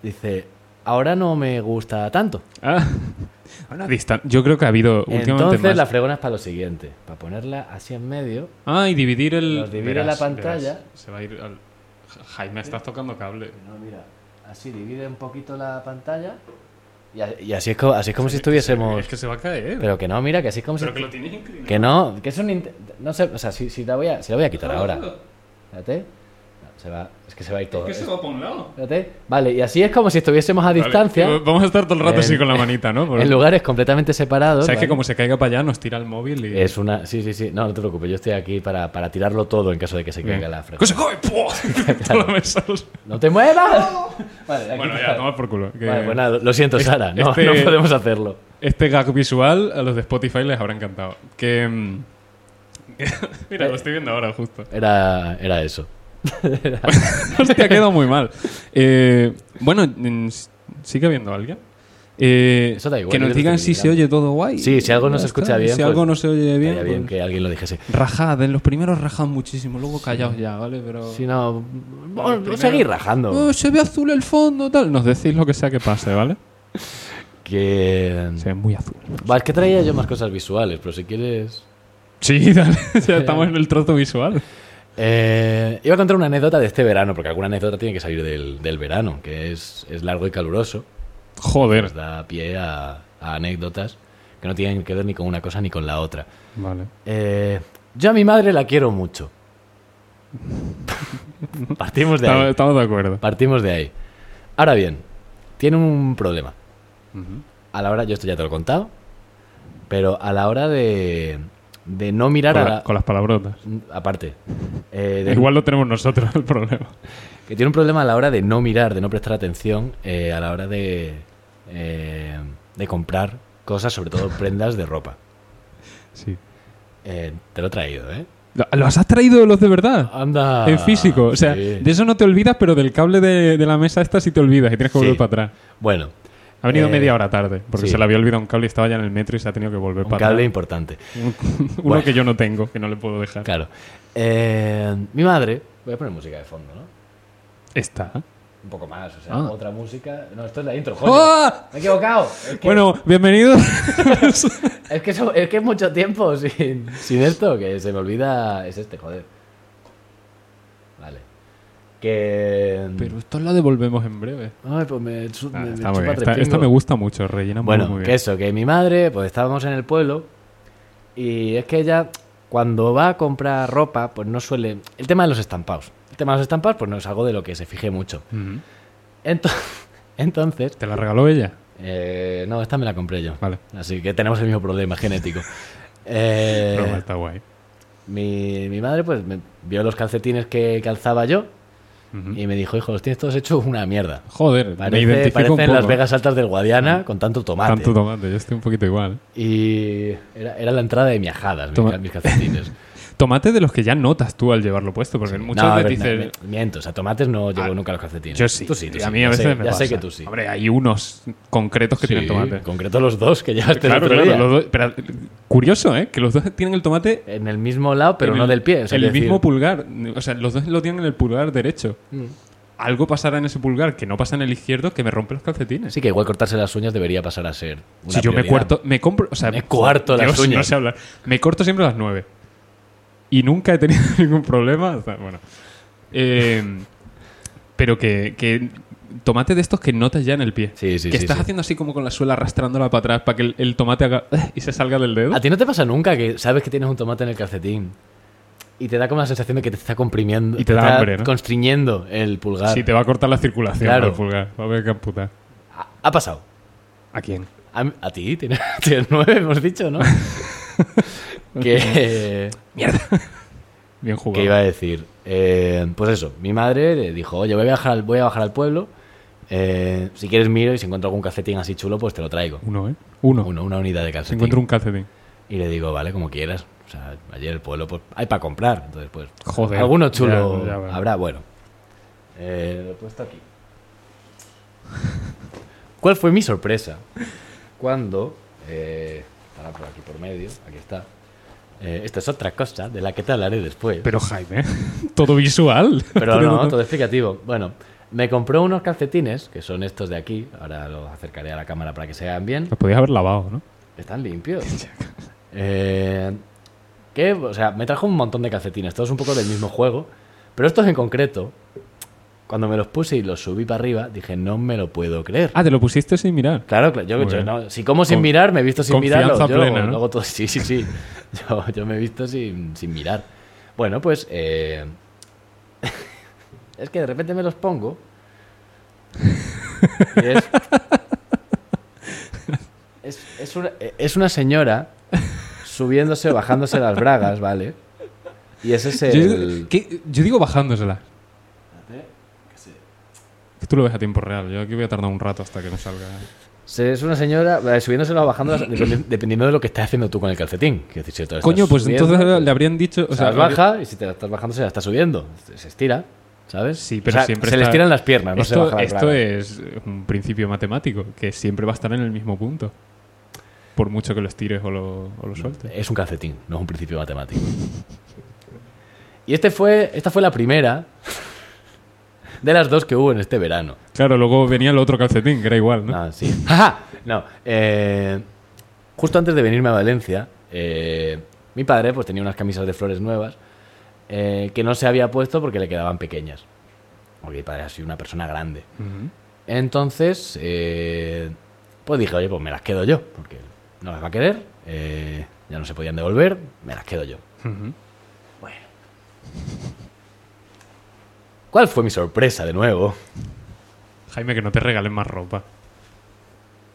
Speaker 1: Dice, ahora no me gusta tanto.
Speaker 2: Ah, una distan- Yo creo que ha habido últimamente
Speaker 1: Entonces
Speaker 2: más.
Speaker 1: la fregona es para lo siguiente, para ponerla así en medio.
Speaker 2: Ah, y dividir el.
Speaker 1: Los divide la pantalla.
Speaker 2: se va a ir al. Ja- Jaime, estás tocando cable.
Speaker 1: No, mira, así divide un poquito la pantalla. Y, a- y así es como, así es como si estuviésemos...
Speaker 2: Es que se va a caer. Pero,
Speaker 1: Pero que no, mira, que así es como si...
Speaker 2: que lo tienes inclinado.
Speaker 1: Pues Que no, que es un... int- No sé, o sea, si, si la, voy a, si la voy a quitar ahora. Espérate. No, se va, es que se va a ir todo.
Speaker 2: Es que se
Speaker 1: Es-
Speaker 2: va para un lado.
Speaker 1: Espérate. Vale, y así es como si estuviésemos a
Speaker 2: Vale,
Speaker 1: distancia,
Speaker 2: v- Vamos a estar todo el rato
Speaker 1: En-
Speaker 2: así con la manita, ¿no? Por-
Speaker 1: en lugares completamente separados.
Speaker 2: Sabes que
Speaker 1: ¿vale?
Speaker 2: como se caiga para allá nos tira el móvil y.
Speaker 1: Es una... Sí, sí, sí. No, no te preocupes, yo estoy aquí para, para tirarlo todo en caso de que se
Speaker 2: Bien.
Speaker 1: caiga la fregona.
Speaker 2: ¡Que se cae! ¡Puah! Toda la mesa.
Speaker 1: ¡No te muevas! Vale, aquí
Speaker 2: Bueno, ya,
Speaker 1: está.
Speaker 2: toma por culo. que-
Speaker 1: Vale, pues nada, lo siento,
Speaker 2: Este-
Speaker 1: Sara. No,
Speaker 2: este-
Speaker 1: no podemos hacerlo.
Speaker 2: Este gag visual a los de Spotify les habrá encantado. Que. mm, Mira, lo estoy viendo ahora justo.
Speaker 1: Era, era eso.
Speaker 2: Hostia, ha quedado muy mal. Eh, bueno, mm, s- sigue habiendo alguien. Eh,
Speaker 1: Eso da igual,
Speaker 2: que
Speaker 1: yo
Speaker 2: nos
Speaker 1: lo
Speaker 2: digan
Speaker 1: estoy
Speaker 2: si se oye todo guay.
Speaker 1: Sí, si algo no se
Speaker 2: Ya
Speaker 1: escucha
Speaker 2: está.
Speaker 1: bien,
Speaker 2: Si
Speaker 1: pues,
Speaker 2: algo no se oye bien.
Speaker 1: Estaría bien
Speaker 2: pues,
Speaker 1: que alguien lo dijese.
Speaker 2: Rajad, en los primeros rajad muchísimo. Luego callaos ya, ¿vale? Pero.
Speaker 1: Si no, bueno,
Speaker 2: primero-
Speaker 1: seguir rajando.
Speaker 2: Oh, se ve azul el fondo, tal. Nos decís lo que sea que pase, ¿vale?
Speaker 1: Que...
Speaker 2: Se ve muy azul.
Speaker 1: Va, es que traía yo más cosas visuales, pero si quieres...
Speaker 2: Sí, dale, ya estamos en el trozo visual.
Speaker 1: Eh, iba a contar una anécdota de este verano, porque alguna anécdota tiene que salir del, del verano, que es, es largo y caluroso.
Speaker 2: Joder.
Speaker 1: Nos da pie a, a anécdotas que no tienen que ver ni con una cosa ni con la otra.
Speaker 2: Vale.
Speaker 1: Eh, yo a mi madre la quiero mucho. Partimos de
Speaker 2: Estamos,
Speaker 1: ahí.
Speaker 2: estamos de acuerdo.
Speaker 1: Partimos de ahí. Ahora bien, tiene un problema.
Speaker 2: Ujú.
Speaker 1: A la hora, yo esto ya te lo he contado, pero a la hora de, de no mirar
Speaker 2: Con,
Speaker 1: a
Speaker 2: la-
Speaker 1: la-
Speaker 2: con las palabrotas.
Speaker 1: Aparte. eh, de-
Speaker 2: Igual lo tenemos nosotros el problema.
Speaker 1: Que tiene un problema a la hora de no mirar, de no prestar atención, eh, a la hora de, eh, de comprar cosas, sobre todo prendas de ropa.
Speaker 2: Sí.
Speaker 1: Eh, te lo he traído, ¿eh?
Speaker 2: ¿Lo- ¿Los has traído los de verdad?
Speaker 1: Anda.
Speaker 2: en físico. O sea,
Speaker 1: Ah, sí.
Speaker 2: de eso no te olvidas, pero del cable de, de la mesa esta sí te olvidas y tienes que volver
Speaker 1: Sí.
Speaker 2: para atrás.
Speaker 1: Bueno,
Speaker 2: Ha venido
Speaker 1: Eh,
Speaker 2: media hora tarde, porque
Speaker 1: sí.
Speaker 2: se le había olvidado un cable y estaba ya en el metro y se ha tenido que volver
Speaker 1: un
Speaker 2: para
Speaker 1: cable
Speaker 2: atrás.
Speaker 1: importante.
Speaker 2: Uno
Speaker 1: Bueno.
Speaker 2: que yo no tengo, que no le puedo dejar.
Speaker 1: Claro. Eh, mi madre. Voy a poner música de fondo, ¿no?
Speaker 2: Está.
Speaker 1: Un poco más, o sea,
Speaker 2: Ah.
Speaker 1: otra música. No, esto es la intro, joder.
Speaker 2: ¡Ah!
Speaker 1: Me he equivocado. Es que,
Speaker 2: Bueno, bienvenido.
Speaker 1: es que, eso- es que es mucho tiempo sin, sin esto, que se me olvida. Es este, joder. Vale. Que.
Speaker 2: pero esto la devolvemos en breve.
Speaker 1: Ay, pues me, chu-
Speaker 2: Ah,
Speaker 1: me- me
Speaker 2: está muy
Speaker 1: chupa
Speaker 2: bien.
Speaker 1: tres
Speaker 2: Esta, esta
Speaker 1: pingos.
Speaker 2: me gusta mucho, rellena muy,
Speaker 1: Bueno,
Speaker 2: muy bien.
Speaker 1: que eso, que mi madre, pues estábamos en el pueblo y es que ella cuando va a comprar ropa, pues no suele... El tema de los estampados. El tema de los estampados, pues no es algo de lo que se fije mucho.
Speaker 2: Ujú.
Speaker 1: Ento- Entonces...
Speaker 2: ¿Te la regaló ella?
Speaker 1: eh, no, esta me la compré yo.
Speaker 2: Vale.
Speaker 1: Así que tenemos el mismo problema genético. Eh,
Speaker 2: Broma, está guay.
Speaker 1: mi, mi madre, pues, me- vio los calcetines que calzaba yo
Speaker 2: Ujú.
Speaker 1: y me dijo, hijo, los tienes todos hechos una mierda.
Speaker 2: Joder, me
Speaker 1: Parece,
Speaker 2: identifico un
Speaker 1: parecen
Speaker 2: poco.
Speaker 1: las Vegas Altas del Guadiana con tanto tomate.
Speaker 2: Tanto tomate, yo estoy un poquito igual.
Speaker 1: Y era, era la entrada de miajadas, mis,
Speaker 2: Toma.
Speaker 1: ca- mis calcetines.
Speaker 2: Tomate de los que ya notas tú al llevarlo puesto, porque muchas
Speaker 1: No, a
Speaker 2: veces
Speaker 1: ver,
Speaker 2: dices...
Speaker 1: no, me- miento, o sea, tomates no llevo
Speaker 2: Ah,
Speaker 1: nunca los calcetines.
Speaker 2: Yo sí.
Speaker 1: Tú sí, tú
Speaker 2: A
Speaker 1: sí,
Speaker 2: mí a
Speaker 1: ya
Speaker 2: veces
Speaker 1: sé,
Speaker 2: me
Speaker 1: Ya
Speaker 2: pasa.
Speaker 1: sé que tú sí.
Speaker 2: Hombre, hay unos concretos que
Speaker 1: Sí,
Speaker 2: tienen tomate.
Speaker 1: En concreto los dos que llevaste el
Speaker 2: Claro,
Speaker 1: otro
Speaker 2: claro.
Speaker 1: día.
Speaker 2: los dos- pero, curioso, ¿eh? Que los dos tienen el tomate...
Speaker 1: En el mismo lado, pero
Speaker 2: en
Speaker 1: no
Speaker 2: el-
Speaker 1: del pie. o sea,
Speaker 2: el
Speaker 1: quiero
Speaker 2: mismo
Speaker 1: decir,
Speaker 2: pulgar. O sea, los dos lo tienen en el pulgar derecho.
Speaker 1: mm,
Speaker 2: Algo pasará en ese pulgar que no pasa en el izquierdo que me rompe los calcetines.
Speaker 1: Sí, que igual cortarse las uñas debería pasar a ser. una
Speaker 2: si yo me
Speaker 1: prioridad.
Speaker 2: cuarto, me compro, o sea,
Speaker 1: Me cuarto las
Speaker 2: Dios,
Speaker 1: uñas.
Speaker 2: No sé hablar. Me corto siempre a las 9. Y nunca he tenido ningún problema. o sea, bueno. Eh, pero que, que tomate de estos que notas ya en el pie.
Speaker 1: Sí, sí,
Speaker 2: que
Speaker 1: sí,
Speaker 2: estás
Speaker 1: sí.
Speaker 2: haciendo así como con la suela arrastrándola para atrás para que el, el tomate haga y se salga del dedo.
Speaker 1: ¿A ti no te pasa nunca que sabes que tienes un tomate en el calcetín y te da como la sensación de que te está comprimiendo?
Speaker 2: Y te da
Speaker 1: está
Speaker 2: hambre, ¿no?
Speaker 1: constriñendo el pulgar.
Speaker 2: Sí, te va a cortar la circulación
Speaker 1: Claro.
Speaker 2: con el pulgar. Va a haber que amputar.
Speaker 1: Ha- ha pasado.
Speaker 2: ¿A quién?
Speaker 1: A, a ti, tienes, tienes nueve, hemos dicho, ¿no? que,
Speaker 2: Mierda. Bien jugado.
Speaker 1: que iba a decir. Eh, pues eso, mi madre le dijo, oye, voy a bajar al, voy a bajar al pueblo. eh, si quieres miro y si encuentro algún calcetín así chulo, pues te lo traigo.
Speaker 2: Uno, ¿eh? Uno.
Speaker 1: Una, una unidad de calcetín.
Speaker 2: Se encuentra un calcetín.
Speaker 1: Y le digo, vale, como quieras. O sea, ayer el pueblo pues, hay para comprar. Entonces, pues,
Speaker 2: Joder.
Speaker 1: alguno chulo
Speaker 2: Ya, ya, bueno.
Speaker 1: habrá. Bueno. Eh, lo he puesto aquí. ¿Cuál fue mi sorpresa? Cuando... Eh, estará por aquí por medio. Aquí está. Eh, esta es otra cosa de la que te hablaré después.
Speaker 2: Pero Jaime, ¿eh? todo visual.
Speaker 1: Pero no, todo explicativo. Bueno, me compró unos calcetines, que son estos de aquí. Ahora los acercaré a la cámara para que se vean bien.
Speaker 2: Lo podías haber lavado, ¿no?
Speaker 1: Están limpios. Eh, que, o sea, me trajo un montón de calcetines, todos un poco del mismo juego. Pero estos en concreto, cuando me los puse y los subí para arriba, dije, no me lo puedo creer.
Speaker 2: Ah, te lo pusiste sin mirar.
Speaker 1: Claro, claro, yo,
Speaker 2: Muy
Speaker 1: yo
Speaker 2: bien.
Speaker 1: no- si como sin
Speaker 2: Con-
Speaker 1: mirar, me he visto sin mirarlo.
Speaker 2: confianza
Speaker 1: Yo
Speaker 2: plena,
Speaker 1: lo
Speaker 2: ¿no?
Speaker 1: hago todo, sí, sí, sí. Yo, yo me he visto sin, sin mirar. Bueno, pues eh, es que de repente me los pongo. y es, es, es una, es una señora subiéndose o bajándose las bragas, ¿vale? Y ese es el...
Speaker 2: Yo, ¿qué? Yo digo bajándosela. Que tú lo ves a tiempo real. Yo aquí voy a tardar un rato hasta que me salga.
Speaker 1: se- Es una señora eh, subiéndosela o bajándolas dependi- dependiendo de lo que estés haciendo tú con el calcetín. Quiero decir, si te lo estás
Speaker 2: Coño, pues
Speaker 1: subiendo,
Speaker 2: entonces
Speaker 1: pues-
Speaker 2: le habrían dicho. O sea,
Speaker 1: las baja y si te la estás bajando se la está subiendo. Se estira, ¿sabes?
Speaker 2: Sí, pero
Speaker 1: O sea,
Speaker 2: siempre
Speaker 1: Se le
Speaker 2: está-
Speaker 1: estiran las piernas, no se
Speaker 2: esto
Speaker 1: baja la
Speaker 2: esto
Speaker 1: braga.
Speaker 2: es un principio matemático que siempre va a estar en el mismo punto. Por mucho que lo estires o lo, o lo sueltes.
Speaker 1: Es un calcetín, no es un principio matemático. Y este fue, esta fue la primera de las dos que hubo en este verano.
Speaker 2: Claro, luego venía el otro calcetín, que era igual, ¿no?
Speaker 1: Ah, sí. ¡Ja, ja! No, eh, justo antes de venirme a Valencia, eh, Mi padre pues tenía unas camisas de flores nuevas eh, que no se había puesto porque le quedaban pequeñas. Porque mi padre ha sido una persona grande.
Speaker 2: Ujú.
Speaker 1: Entonces, eh, pues dije, oye, pues me las quedo yo, porque no las va a querer, eh, ya no se podían devolver, me las quedo yo.
Speaker 2: Ujú.
Speaker 1: ¿Cuál fue mi sorpresa de nuevo?
Speaker 2: Jaime, que no te regalen más ropa.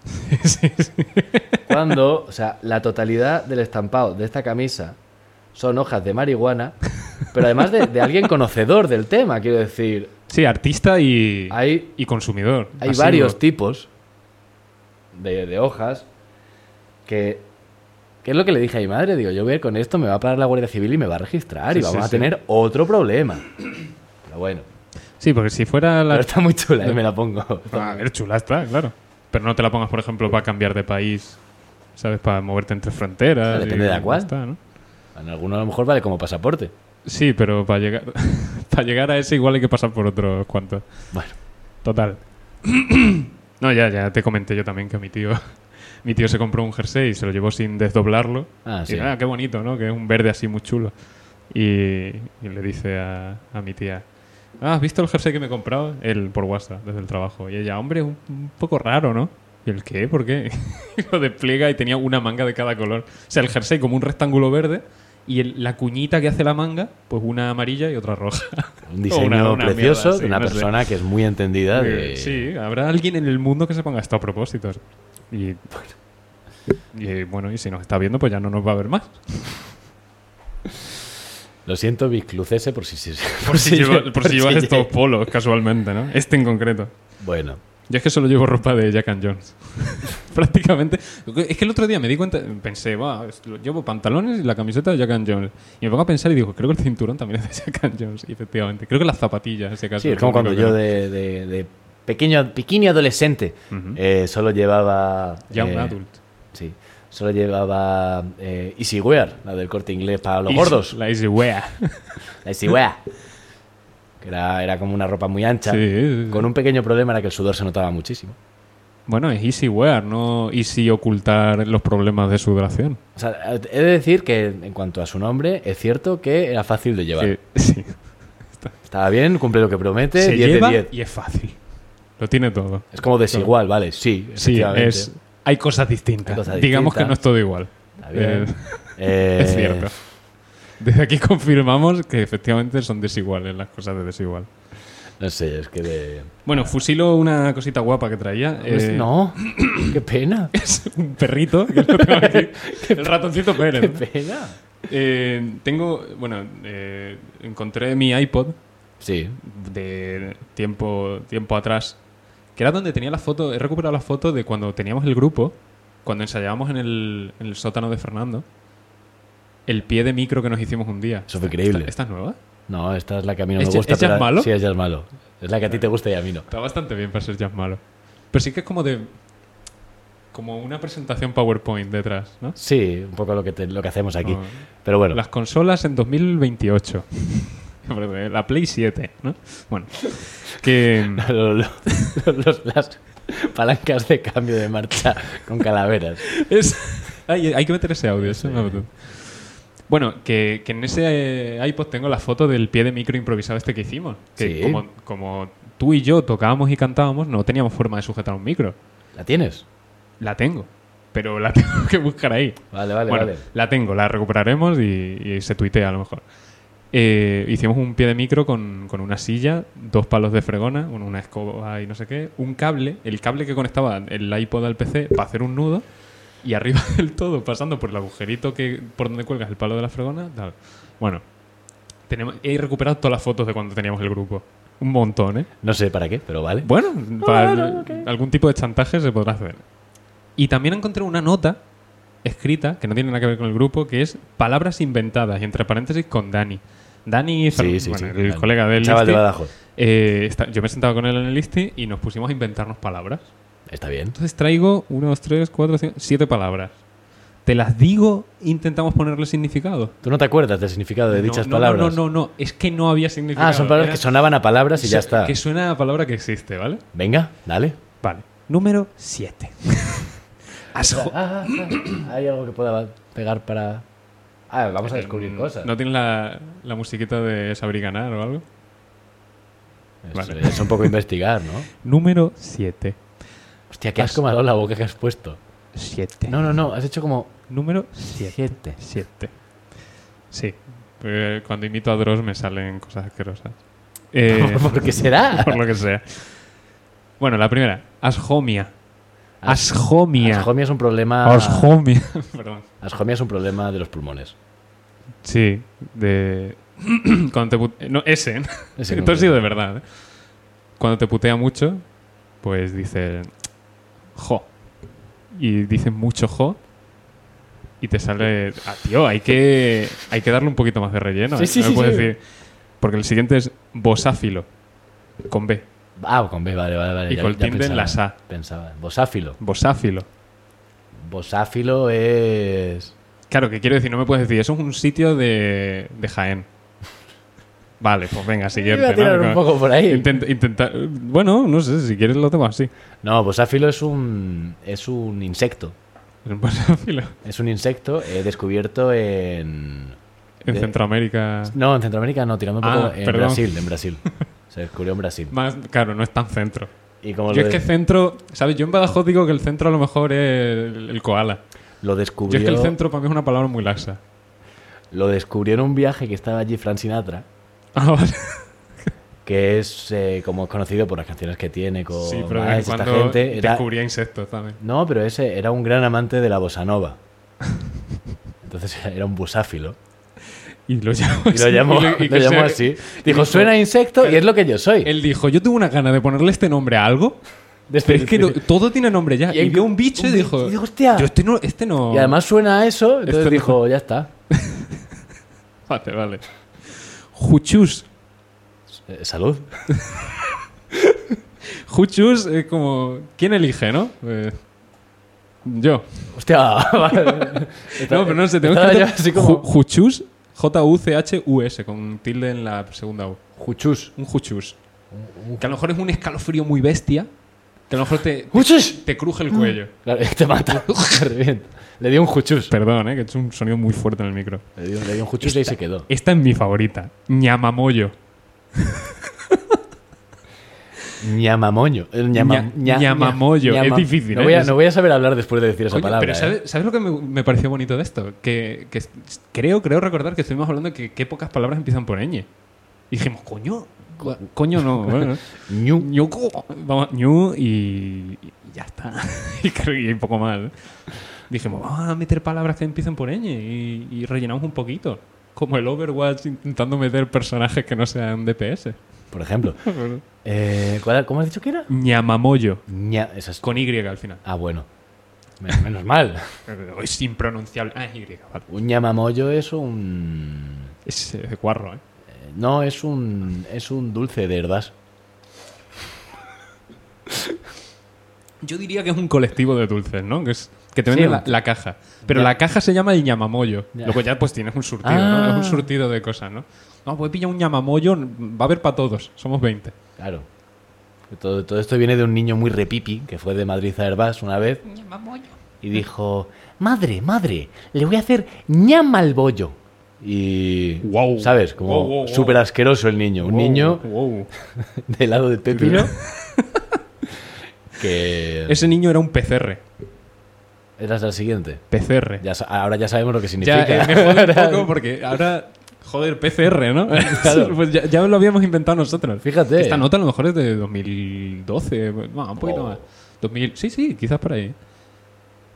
Speaker 2: Sí, sí.
Speaker 1: Cuando, o sea, la totalidad del estampado de esta camisa son hojas de marihuana, pero además de, de alguien conocedor del tema, quiero decir,
Speaker 2: Sí, artista y,
Speaker 1: hay,
Speaker 2: y consumidor.
Speaker 1: hay
Speaker 2: Asiduo.
Speaker 1: varios tipos de, de hojas que... que es lo que le dije a mi madre? Digo, yo voy a ir con esto, me va a parar la Guardia Civil y me va a registrar y
Speaker 2: Sí, sí,
Speaker 1: vamos a
Speaker 2: sí.
Speaker 1: tener otro problema. Pero bueno,
Speaker 2: Sí, porque si fuera la...
Speaker 1: pero está muy chula, ¿eh? me la pongo.
Speaker 2: A ver, chula está, claro. Pero no te la pongas, por ejemplo, para cambiar de país, ¿sabes? Para moverte entre fronteras.
Speaker 1: Ah, depende de
Speaker 2: y
Speaker 1: la cual.
Speaker 2: está, ¿no?
Speaker 1: En alguno a lo mejor vale como pasaporte.
Speaker 2: Sí, pero para llegar, para llegar a ese igual hay que pasar por otros cuantos.
Speaker 1: Bueno,
Speaker 2: Total. no, ya, ya te comenté yo también que mi tío, mi tío se compró un jersey y se lo llevó sin desdoblarlo.
Speaker 1: Ah,
Speaker 2: y
Speaker 1: sí.
Speaker 2: dice, ah, qué bonito, ¿no? Que es un verde así muy chulo. Y, y le dice a, a mi tía, ah, ¿has visto el jersey que me he comprado? Él por WhatsApp, desde el trabajo. Y ella, hombre, un, un poco raro, ¿no? ¿Y el qué? ¿Por qué? Y lo despliega y tenía una manga de cada color. O sea, el jersey como un rectángulo verde y el- la cuñita que hace la manga, pues una amarilla y otra roja.
Speaker 1: un diseño
Speaker 2: Una- una
Speaker 1: precioso
Speaker 2: mierda, sí,
Speaker 1: de una
Speaker 2: no sé.
Speaker 1: persona que es muy entendida
Speaker 2: Eh,
Speaker 1: de...
Speaker 2: Sí, habrá alguien en el mundo que se ponga esto a propósito. Y bueno, y bueno, y si nos está viendo, pues ya no nos va a ver más.
Speaker 1: Lo siento, Viclucese, por si... si-
Speaker 2: Por si, lleva- por si llevas
Speaker 1: lle-
Speaker 2: estos polos, casualmente, ¿no? Este en concreto.
Speaker 1: Bueno,
Speaker 2: Yo es que solo llevo ropa de Jack and Jones. Prácticamente. Es que el otro día me di cuenta, pensé, va, es- lo- llevo pantalones y la camiseta de Jack and Jones. Y me pongo a pensar y digo, creo que el cinturón también es de Jack and Jones. Y efectivamente, creo que las zapatillas, si acaso.
Speaker 1: sí, es como cuando yo de, de- de pequeño, pequeño adolescente
Speaker 2: Ujú.
Speaker 1: eh, solo llevaba...
Speaker 2: Ya un
Speaker 1: eh,
Speaker 2: adult.
Speaker 1: Sí, solo llevaba eh, Easywear, la del corte inglés para los
Speaker 2: Y-
Speaker 1: gordos.
Speaker 2: La Easy Wear.
Speaker 1: La Easywear. Que era, era como una ropa muy ancha.
Speaker 2: Sí, sí, sí.
Speaker 1: Con un pequeño problema era que el sudor se notaba muchísimo.
Speaker 2: Bueno, es easy wear, no easy ocultar los problemas de sudoración.
Speaker 1: O sea, he de decir que en cuanto a su nombre, es cierto que era fácil de llevar.
Speaker 2: Que- sí.
Speaker 1: Estaba bien, cumple lo que promete,
Speaker 2: Se
Speaker 1: 10
Speaker 2: lleva
Speaker 1: Este de 10.
Speaker 2: y es fácil. Lo tiene todo.
Speaker 1: Es como desigual, vale, sí,
Speaker 2: Sí,
Speaker 1: efectivamente.
Speaker 2: es, hay cosas distintas.
Speaker 1: Hay cosas
Speaker 2: Digamos que
Speaker 1: distintas.
Speaker 2: no es todo igual.
Speaker 1: Está bien.
Speaker 2: Eh,
Speaker 1: Eh,
Speaker 2: Es cierto. Desde aquí confirmamos que efectivamente son desiguales las cosas de desigual.
Speaker 1: No sé, es que de...
Speaker 2: Bueno, fusilo una cosita guapa que traía. eh,
Speaker 1: No, qué pena.
Speaker 2: Es un perrito. que lo tengo aquí. El ratoncito Pérez.
Speaker 1: Qué
Speaker 2: ¿no?
Speaker 1: pena.
Speaker 2: Eh, tengo, bueno, eh, encontré mi iPod
Speaker 1: Sí,
Speaker 2: de tiempo, tiempo atrás, que era donde tenía la foto, he recuperado la foto de cuando teníamos el grupo, cuando ensayábamos en el, en el sótano de Fernando, el pie de micro que nos hicimos un día.
Speaker 1: Eso fue increíble.
Speaker 2: ¿Esta, esta es nueva?
Speaker 1: no, esta es la que a mí no
Speaker 2: ¿Es
Speaker 1: me
Speaker 2: ya-
Speaker 1: gusta.
Speaker 2: es ya
Speaker 1: pero-
Speaker 2: malo?
Speaker 1: Sí, ella es malo. Es la que a ti te gusta y a mí no.
Speaker 2: Está bastante bien para ser jazz malo. Pero sí que es como de... Como una presentación PowerPoint detrás, ¿no?
Speaker 1: Sí, un poco lo que, te- lo que hacemos aquí.
Speaker 2: Como
Speaker 1: Pero bueno,
Speaker 2: Ah. Las consolas en 2028. La Play 7, ¿no? Bueno. Que...
Speaker 1: lo- lo- los- las palancas de cambio de marcha con calaveras.
Speaker 2: Es- Ay, hay que meter ese audio. eso me apetece. Bueno, que, que en ese eh, iPod tengo la foto del pie de micro improvisado este que hicimos. Que
Speaker 1: Sí.
Speaker 2: como, como tú y yo tocábamos y cantábamos, no teníamos forma de sujetar un micro.
Speaker 1: ¿La tienes?
Speaker 2: La tengo, pero la tengo que buscar ahí.
Speaker 1: Vale, vale,
Speaker 2: bueno,
Speaker 1: vale.
Speaker 2: la tengo, la recuperaremos y, y se tuitea a lo mejor. Eh, hicimos un pie de micro con, con una silla, dos palos de fregona, un- una escoba y no sé qué, un cable, el cable que conectaba el iPod al PC para hacer un nudo y arriba del todo, pasando por el agujerito que por donde cuelgas el palo de la fregona, tal. Bueno, tenemos, he recuperado todas las fotos de cuando teníamos el grupo. Un montón, ¿eh?
Speaker 1: No sé para qué, pero vale.
Speaker 2: Bueno, para algún tipo de chantaje se podrá hacer. Y también encontré una nota escrita, que no tiene nada que ver con el grupo, que es palabras inventadas, y entre paréntesis con Dani. Dani, Fer- bueno, el
Speaker 1: vale.
Speaker 2: colega del este.
Speaker 1: Chaval de
Speaker 2: Listi,
Speaker 1: Badajoz.
Speaker 2: eh, está- yo me he sentado con él en el Listi y nos pusimos a inventarnos palabras.
Speaker 1: Está bien.
Speaker 2: Entonces traigo 1, 2, 3, 4, 5, 7 palabras. Te las digo, intentamos ponerle significado.
Speaker 1: ¿Tú no te acuerdas del significado de
Speaker 2: No,
Speaker 1: dichas
Speaker 2: no,
Speaker 1: palabras?
Speaker 2: No, no, no, no, es que no había significado.
Speaker 1: Ah, son palabras
Speaker 2: Era-
Speaker 1: que sonaban a palabras y ya está.
Speaker 2: Que suena a palabra que existe, ¿vale?
Speaker 1: Venga, dale.
Speaker 2: Vale. Número 7.
Speaker 1: Ah, Hay algo que pueda pegar para Ah, vamos a descubrir cosas.
Speaker 2: Mm, ¿No tienen la, la musiquita de Sabri Ganar o algo?
Speaker 1: Esto
Speaker 2: vale.
Speaker 1: Es un poco investigar, ¿no?
Speaker 2: Número 7.
Speaker 1: Hostia, qué asco me ha dado la boca que has puesto.
Speaker 2: 7.
Speaker 1: No, no, no, has hecho como
Speaker 2: Número 7.
Speaker 1: siete.
Speaker 2: 7. Sí. Eh, Cuando imito a Dross me salen cosas asquerosas. Eh,
Speaker 1: ¿Por qué será?
Speaker 2: por lo que sea. Bueno, la primera. Ashomia. Ashomia.
Speaker 1: Asjomia es un problema.
Speaker 2: Ashomia. Perdón.
Speaker 1: Asjomia es un problema de los pulmones.
Speaker 2: Sí, de. Cuando te put- No,
Speaker 1: Ese
Speaker 2: ese. Esto ha
Speaker 1: concreto.
Speaker 2: sido de verdad. ¿eh? Cuando te putea mucho, pues dices. Jo. Y dices mucho jo. Y te sale. Ah, tío, hay que. Hay que darle un poquito más de relleno.
Speaker 1: Sí,
Speaker 2: ¿eh?
Speaker 1: sí,
Speaker 2: No
Speaker 1: sí,
Speaker 2: puedes
Speaker 1: sí.
Speaker 2: decir. Porque el siguiente es bosáfilo. Con B.
Speaker 1: Ah, con B, vale, vale, vale.
Speaker 2: Y con tilde en
Speaker 1: pensaba-
Speaker 2: las A.
Speaker 1: Pensaba. Bosáfilo.
Speaker 2: Bosáfilo.
Speaker 1: Bosáfilo es.
Speaker 2: Claro, que quiero decir, no me puedes decir, eso es un sitio de, de Jaén. Vale, pues venga, siguiente.
Speaker 1: Iba a tirar
Speaker 2: ¿no?
Speaker 1: un poco por ahí.
Speaker 2: Intent- intenta- bueno, no sé, si quieres lo tengo así.
Speaker 1: No, bosáfilo es un. Es un insecto.
Speaker 2: El basófilo.
Speaker 1: Es un insecto eh, descubierto en.
Speaker 2: En
Speaker 1: De-
Speaker 2: Centroamérica.
Speaker 1: No, en Centroamérica no, tirando un
Speaker 2: Ah,
Speaker 1: poco en
Speaker 2: perdón.
Speaker 1: Brasil, en Brasil. Se descubrió en Brasil.
Speaker 2: Más, claro, no es tan centro.
Speaker 1: Y como
Speaker 2: Yo
Speaker 1: lo,
Speaker 2: es que
Speaker 1: de-
Speaker 2: centro, ¿sabes? Yo en Badajoz digo que el centro a lo mejor es el, el koala.
Speaker 1: lo
Speaker 2: Yo
Speaker 1: descubrió.
Speaker 2: es que el centro para mí es una palabra muy laxa.
Speaker 1: Lo descubrió en un viaje que estaba allí Frank Sinatra,
Speaker 2: Ah, vale.
Speaker 1: que es eh, como es conocido por las canciones que tiene con
Speaker 2: Sí, pero de
Speaker 1: "Ah,
Speaker 2: vez en
Speaker 1: es esta
Speaker 2: cuando
Speaker 1: gente. Era-
Speaker 2: descubría insectos también.
Speaker 1: No, pero ese era un gran amante de la bossa nova. Entonces era un busáfilo.
Speaker 2: Y lo llamó
Speaker 1: Y lo llamó,
Speaker 2: y
Speaker 1: lo
Speaker 2: y que
Speaker 1: llamó
Speaker 2: sea-
Speaker 1: así. Dijo, suena a insecto y es lo que yo soy.
Speaker 2: Él dijo, yo tuve una gana de ponerle este nombre a algo.
Speaker 1: Desde-
Speaker 2: Pero es que no- todo tiene nombre ya.
Speaker 1: Este Y
Speaker 2: Y,
Speaker 1: en-
Speaker 2: vio un bicho y
Speaker 1: un bicho,
Speaker 2: dijo,
Speaker 1: y dijo, "Hostia".
Speaker 2: Yo este no, este no.
Speaker 1: Y además suena a eso, entonces
Speaker 2: Esto no-
Speaker 1: dijo, ya está.
Speaker 2: Vale, vale. Juchus.
Speaker 1: Eh, salud.
Speaker 2: Juchus es como... ¿Quién elige, no? Eh, yo.
Speaker 1: Hostia, vale.
Speaker 2: No, pero no sé, tengo
Speaker 1: Estaba
Speaker 2: que...
Speaker 1: yo así como-
Speaker 2: Ju- Juchus, J-U-C-H-U-S, con tilde en la segunda U.
Speaker 1: Juchus.
Speaker 2: Un juchus. Que a lo mejor es un escalofrío muy bestia, que a lo mejor te,
Speaker 1: ¡Juchus!
Speaker 2: te cruje el cuello.
Speaker 1: Claro, te mata. te revienta. le dio un juchus.
Speaker 2: Perdón, eh, que es un sonido muy fuerte en el micro.
Speaker 1: Le dio, le dio un juchus y ahí se quedó.
Speaker 2: Esta es mi favorita. Ñamamoyo.
Speaker 1: Ñamamoño. El ñama-
Speaker 2: Ña-
Speaker 1: ña-
Speaker 2: ñamamoyo.
Speaker 1: ña-
Speaker 2: Es
Speaker 1: ñama-
Speaker 2: difícil,
Speaker 1: No
Speaker 2: ¿eh?
Speaker 1: voy, a,
Speaker 2: Es-
Speaker 1: no voy a saber hablar después de decir esa
Speaker 2: Coño,
Speaker 1: palabra.
Speaker 2: pero
Speaker 1: ¿eh?
Speaker 2: ¿sabes, sabes lo que me, me pareció bonito de esto? Que, que s- s- creo, creo recordar que estuvimos hablando que qué pocas palabras empiezan por ñ. Y dijimos, coño, co- coño no. bueno,
Speaker 1: Ñu.
Speaker 2: ñu, co- vamos, ñu y, y ya está. y creo que hay poco más. ¿eh? Dijimos, vamos a meter palabras que empiezan por ñ y, y rellenamos un poquito. Como el Overwatch intentando meter personajes que no sean DPS.
Speaker 1: Por ejemplo. Eh, ¿cuál- ¿Cómo has dicho que era?
Speaker 2: Ñamamoyo,
Speaker 1: Ña- esa es-
Speaker 2: con Y al final.
Speaker 1: Ah, bueno. Men- Menos mal.
Speaker 2: Es impronunciable. Ah, es Y, vale.
Speaker 1: Un ñamamoyo es un.
Speaker 2: Es eh, de cuarro, ¿eh?
Speaker 1: eh, No, es un. Es un dulce de herdas.
Speaker 2: Yo diría que es un colectivo de dulces, ¿no? Que, es, que te
Speaker 1: Sí,
Speaker 2: venden
Speaker 1: un-
Speaker 2: la, la caja. Pero
Speaker 1: Ya.
Speaker 2: la caja se llama el ñamamoyo.
Speaker 1: Ya.
Speaker 2: Luego ya pues tienes un surtido,
Speaker 1: Ah.
Speaker 2: ¿no? Es un surtido de cosas, ¿no? No, pues he pillado un ñamamoyo, va a haber para todos. Somos 20.
Speaker 1: Claro. Todo, todo esto viene de un niño muy repipi que fue de Madrid a Herbás una vez y dijo: Madre, madre, le voy a hacer ñama al bollo. Y.
Speaker 2: Guau.
Speaker 1: ¿Sabes? Como
Speaker 2: Guau, guau, guau.
Speaker 1: súper asqueroso el niño. Un
Speaker 2: Wow,
Speaker 1: niño
Speaker 2: Oh, wow.
Speaker 1: del lado de Pepino que.
Speaker 2: Ese niño era un PCR.
Speaker 1: Esa es la siguiente.
Speaker 2: PCR.
Speaker 1: Ya sa- ahora ya sabemos lo que
Speaker 2: Ya,
Speaker 1: significa.
Speaker 2: eh, me jode un poco porque ahora... Joder, PCR, ¿no?
Speaker 1: Claro.
Speaker 2: pues ya, ya lo habíamos inventado nosotros.
Speaker 1: Fíjate.
Speaker 2: Esta nota a lo mejor es de 2012, bueno, un poquito
Speaker 1: Oh.
Speaker 2: más. 2000, sí, sí, quizás por ahí.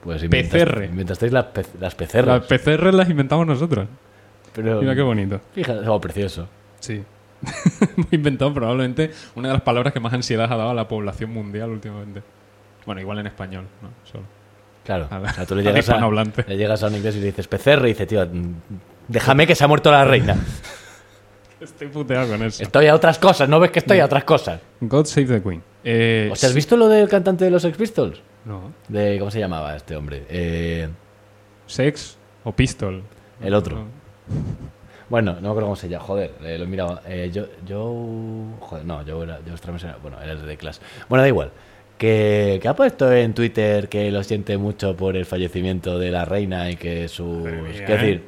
Speaker 1: Pues
Speaker 2: PCR.
Speaker 1: Inventasteis las, pe- las
Speaker 2: Las
Speaker 1: pecerras.
Speaker 2: PCR las inventamos nosotros.
Speaker 1: pero,
Speaker 2: Mira qué bonito.
Speaker 1: Fíjate, oh, precioso.
Speaker 2: Sí. Hemos inventado probablemente una de las palabras que más ansiedad ha dado a la población mundial últimamente. Bueno, igual en español, ¿no? Solo.
Speaker 1: Claro.
Speaker 2: A
Speaker 1: O
Speaker 2: ver,
Speaker 1: sea, tú le
Speaker 2: al
Speaker 1: llegas, a,
Speaker 2: hispanohablante.
Speaker 1: le llegas a un inglés y le dices PCR y dice, tío, mm, déjame que se ha muerto la reina.
Speaker 2: Estoy puteado con eso.
Speaker 1: Estoy a otras cosas, ¿no ves que estoy a otras cosas?
Speaker 2: God Save the Queen. Eh,
Speaker 1: ¿O sea, ¿has visto lo del cantante de los Sex Pistols?
Speaker 2: No.
Speaker 1: De, ¿Cómo se llamaba este hombre? Eh,
Speaker 2: Sex o Pistol.
Speaker 1: El otro.
Speaker 2: No.
Speaker 1: bueno, no me acuerdo cómo se llama. Joder, eh, lo he mirado. Eh, yo, yo... Joder, no, yo era... Yo Strauss era- bueno, era el de Clash. Bueno, da igual. Que, que ha puesto en Twitter que lo siente mucho por el fallecimiento de la reina y que su...
Speaker 2: Madre
Speaker 1: Es
Speaker 2: mía,
Speaker 1: decir,
Speaker 2: ¿eh?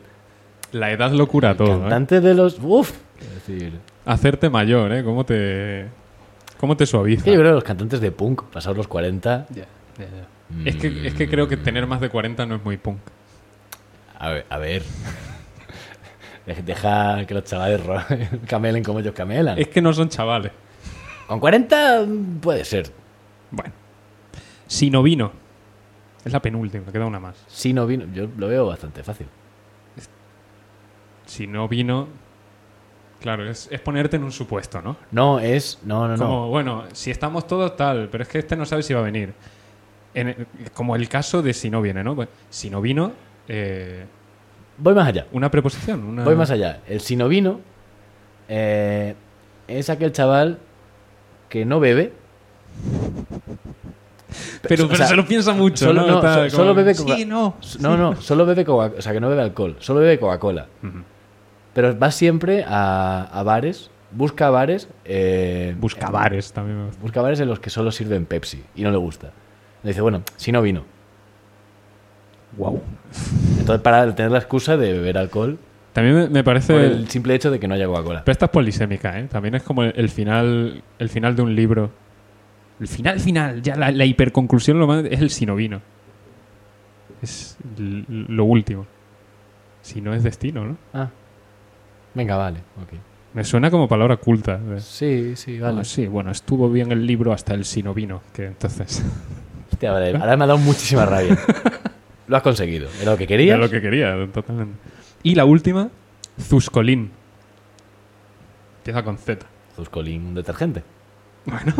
Speaker 2: La edad lo cura todo. ¿eh?
Speaker 1: Cantante de los. Uf. Es decir,
Speaker 2: Hacerte mayor, ¿eh? ¿Cómo te, cómo te
Speaker 1: es
Speaker 2: suaviza?
Speaker 1: que yo creo que los cantantes de punk, pasados los 40.
Speaker 2: Es, que, es que creo que tener más de 40 no es muy punk.
Speaker 1: A ver. A ver. Dej- Deja que los chavales ro- camelen como ellos camelan.
Speaker 2: Es que no son chavales.
Speaker 1: Con 40 mm, puede ser.
Speaker 2: Bueno. Si no vino. Es la penúltima, queda una más.
Speaker 1: Si no vino, yo lo veo bastante fácil.
Speaker 2: Si no vino. Claro, es, es ponerte en un supuesto, ¿no?
Speaker 1: No, es. No, no,
Speaker 2: Como,
Speaker 1: no.
Speaker 2: bueno, si estamos todos tal, pero es que este no sabe si va a venir. En el- como el caso de si no viene, ¿no? Pues, Si no vino, eh,
Speaker 1: Voy más allá.
Speaker 2: una preposición. Una...
Speaker 1: Voy más allá. El sinovino eh, es aquel chaval que no bebe.
Speaker 2: Pero,
Speaker 1: O
Speaker 2: pero
Speaker 1: sea,
Speaker 2: se lo piensa mucho,
Speaker 1: solo-
Speaker 2: ¿no?
Speaker 1: no,
Speaker 2: Está
Speaker 1: so- solo bebe Coca-
Speaker 2: Sí, no.
Speaker 1: No, no, solo bebe coca o sea, que no bebe alcohol, solo bebe Coca-Cola.
Speaker 2: Ujú.
Speaker 1: Pero va siempre a, a bares, busca bares. eh,
Speaker 2: Busca
Speaker 1: eh,
Speaker 2: bares también. me gusta.
Speaker 1: Busca bares en los que solo sirven Pepsi y no le gusta. Le dice, bueno, si no vino.
Speaker 2: Wow.
Speaker 1: Entonces, para tener la excusa de beber alcohol
Speaker 2: También me, me parece.
Speaker 1: por el simple hecho de que no haya Coca-Cola.
Speaker 2: Pero esta es polisémica, ¿eh? También es como el, el final el final de un libro. El final final, ya la, la hiperconclusión lo más, es el sinovino. Es l- lo último. Si no es destino, ¿no?
Speaker 1: Ah. Venga, vale. ok.
Speaker 2: Me suena como palabra culta. de-
Speaker 1: Sí, sí, vale.
Speaker 2: Ah, sí, bueno, estuvo bien el libro hasta el sinovino, que entonces
Speaker 1: Hostia, vale, ahora me ha dado muchísima rabia. Lo has conseguido. Era lo que
Speaker 2: era
Speaker 1: querías.
Speaker 2: lo que quería, totalmente. Y la última, Zuscolín. Empieza con Z.
Speaker 1: Zuscolín, un detergente.
Speaker 2: Bueno.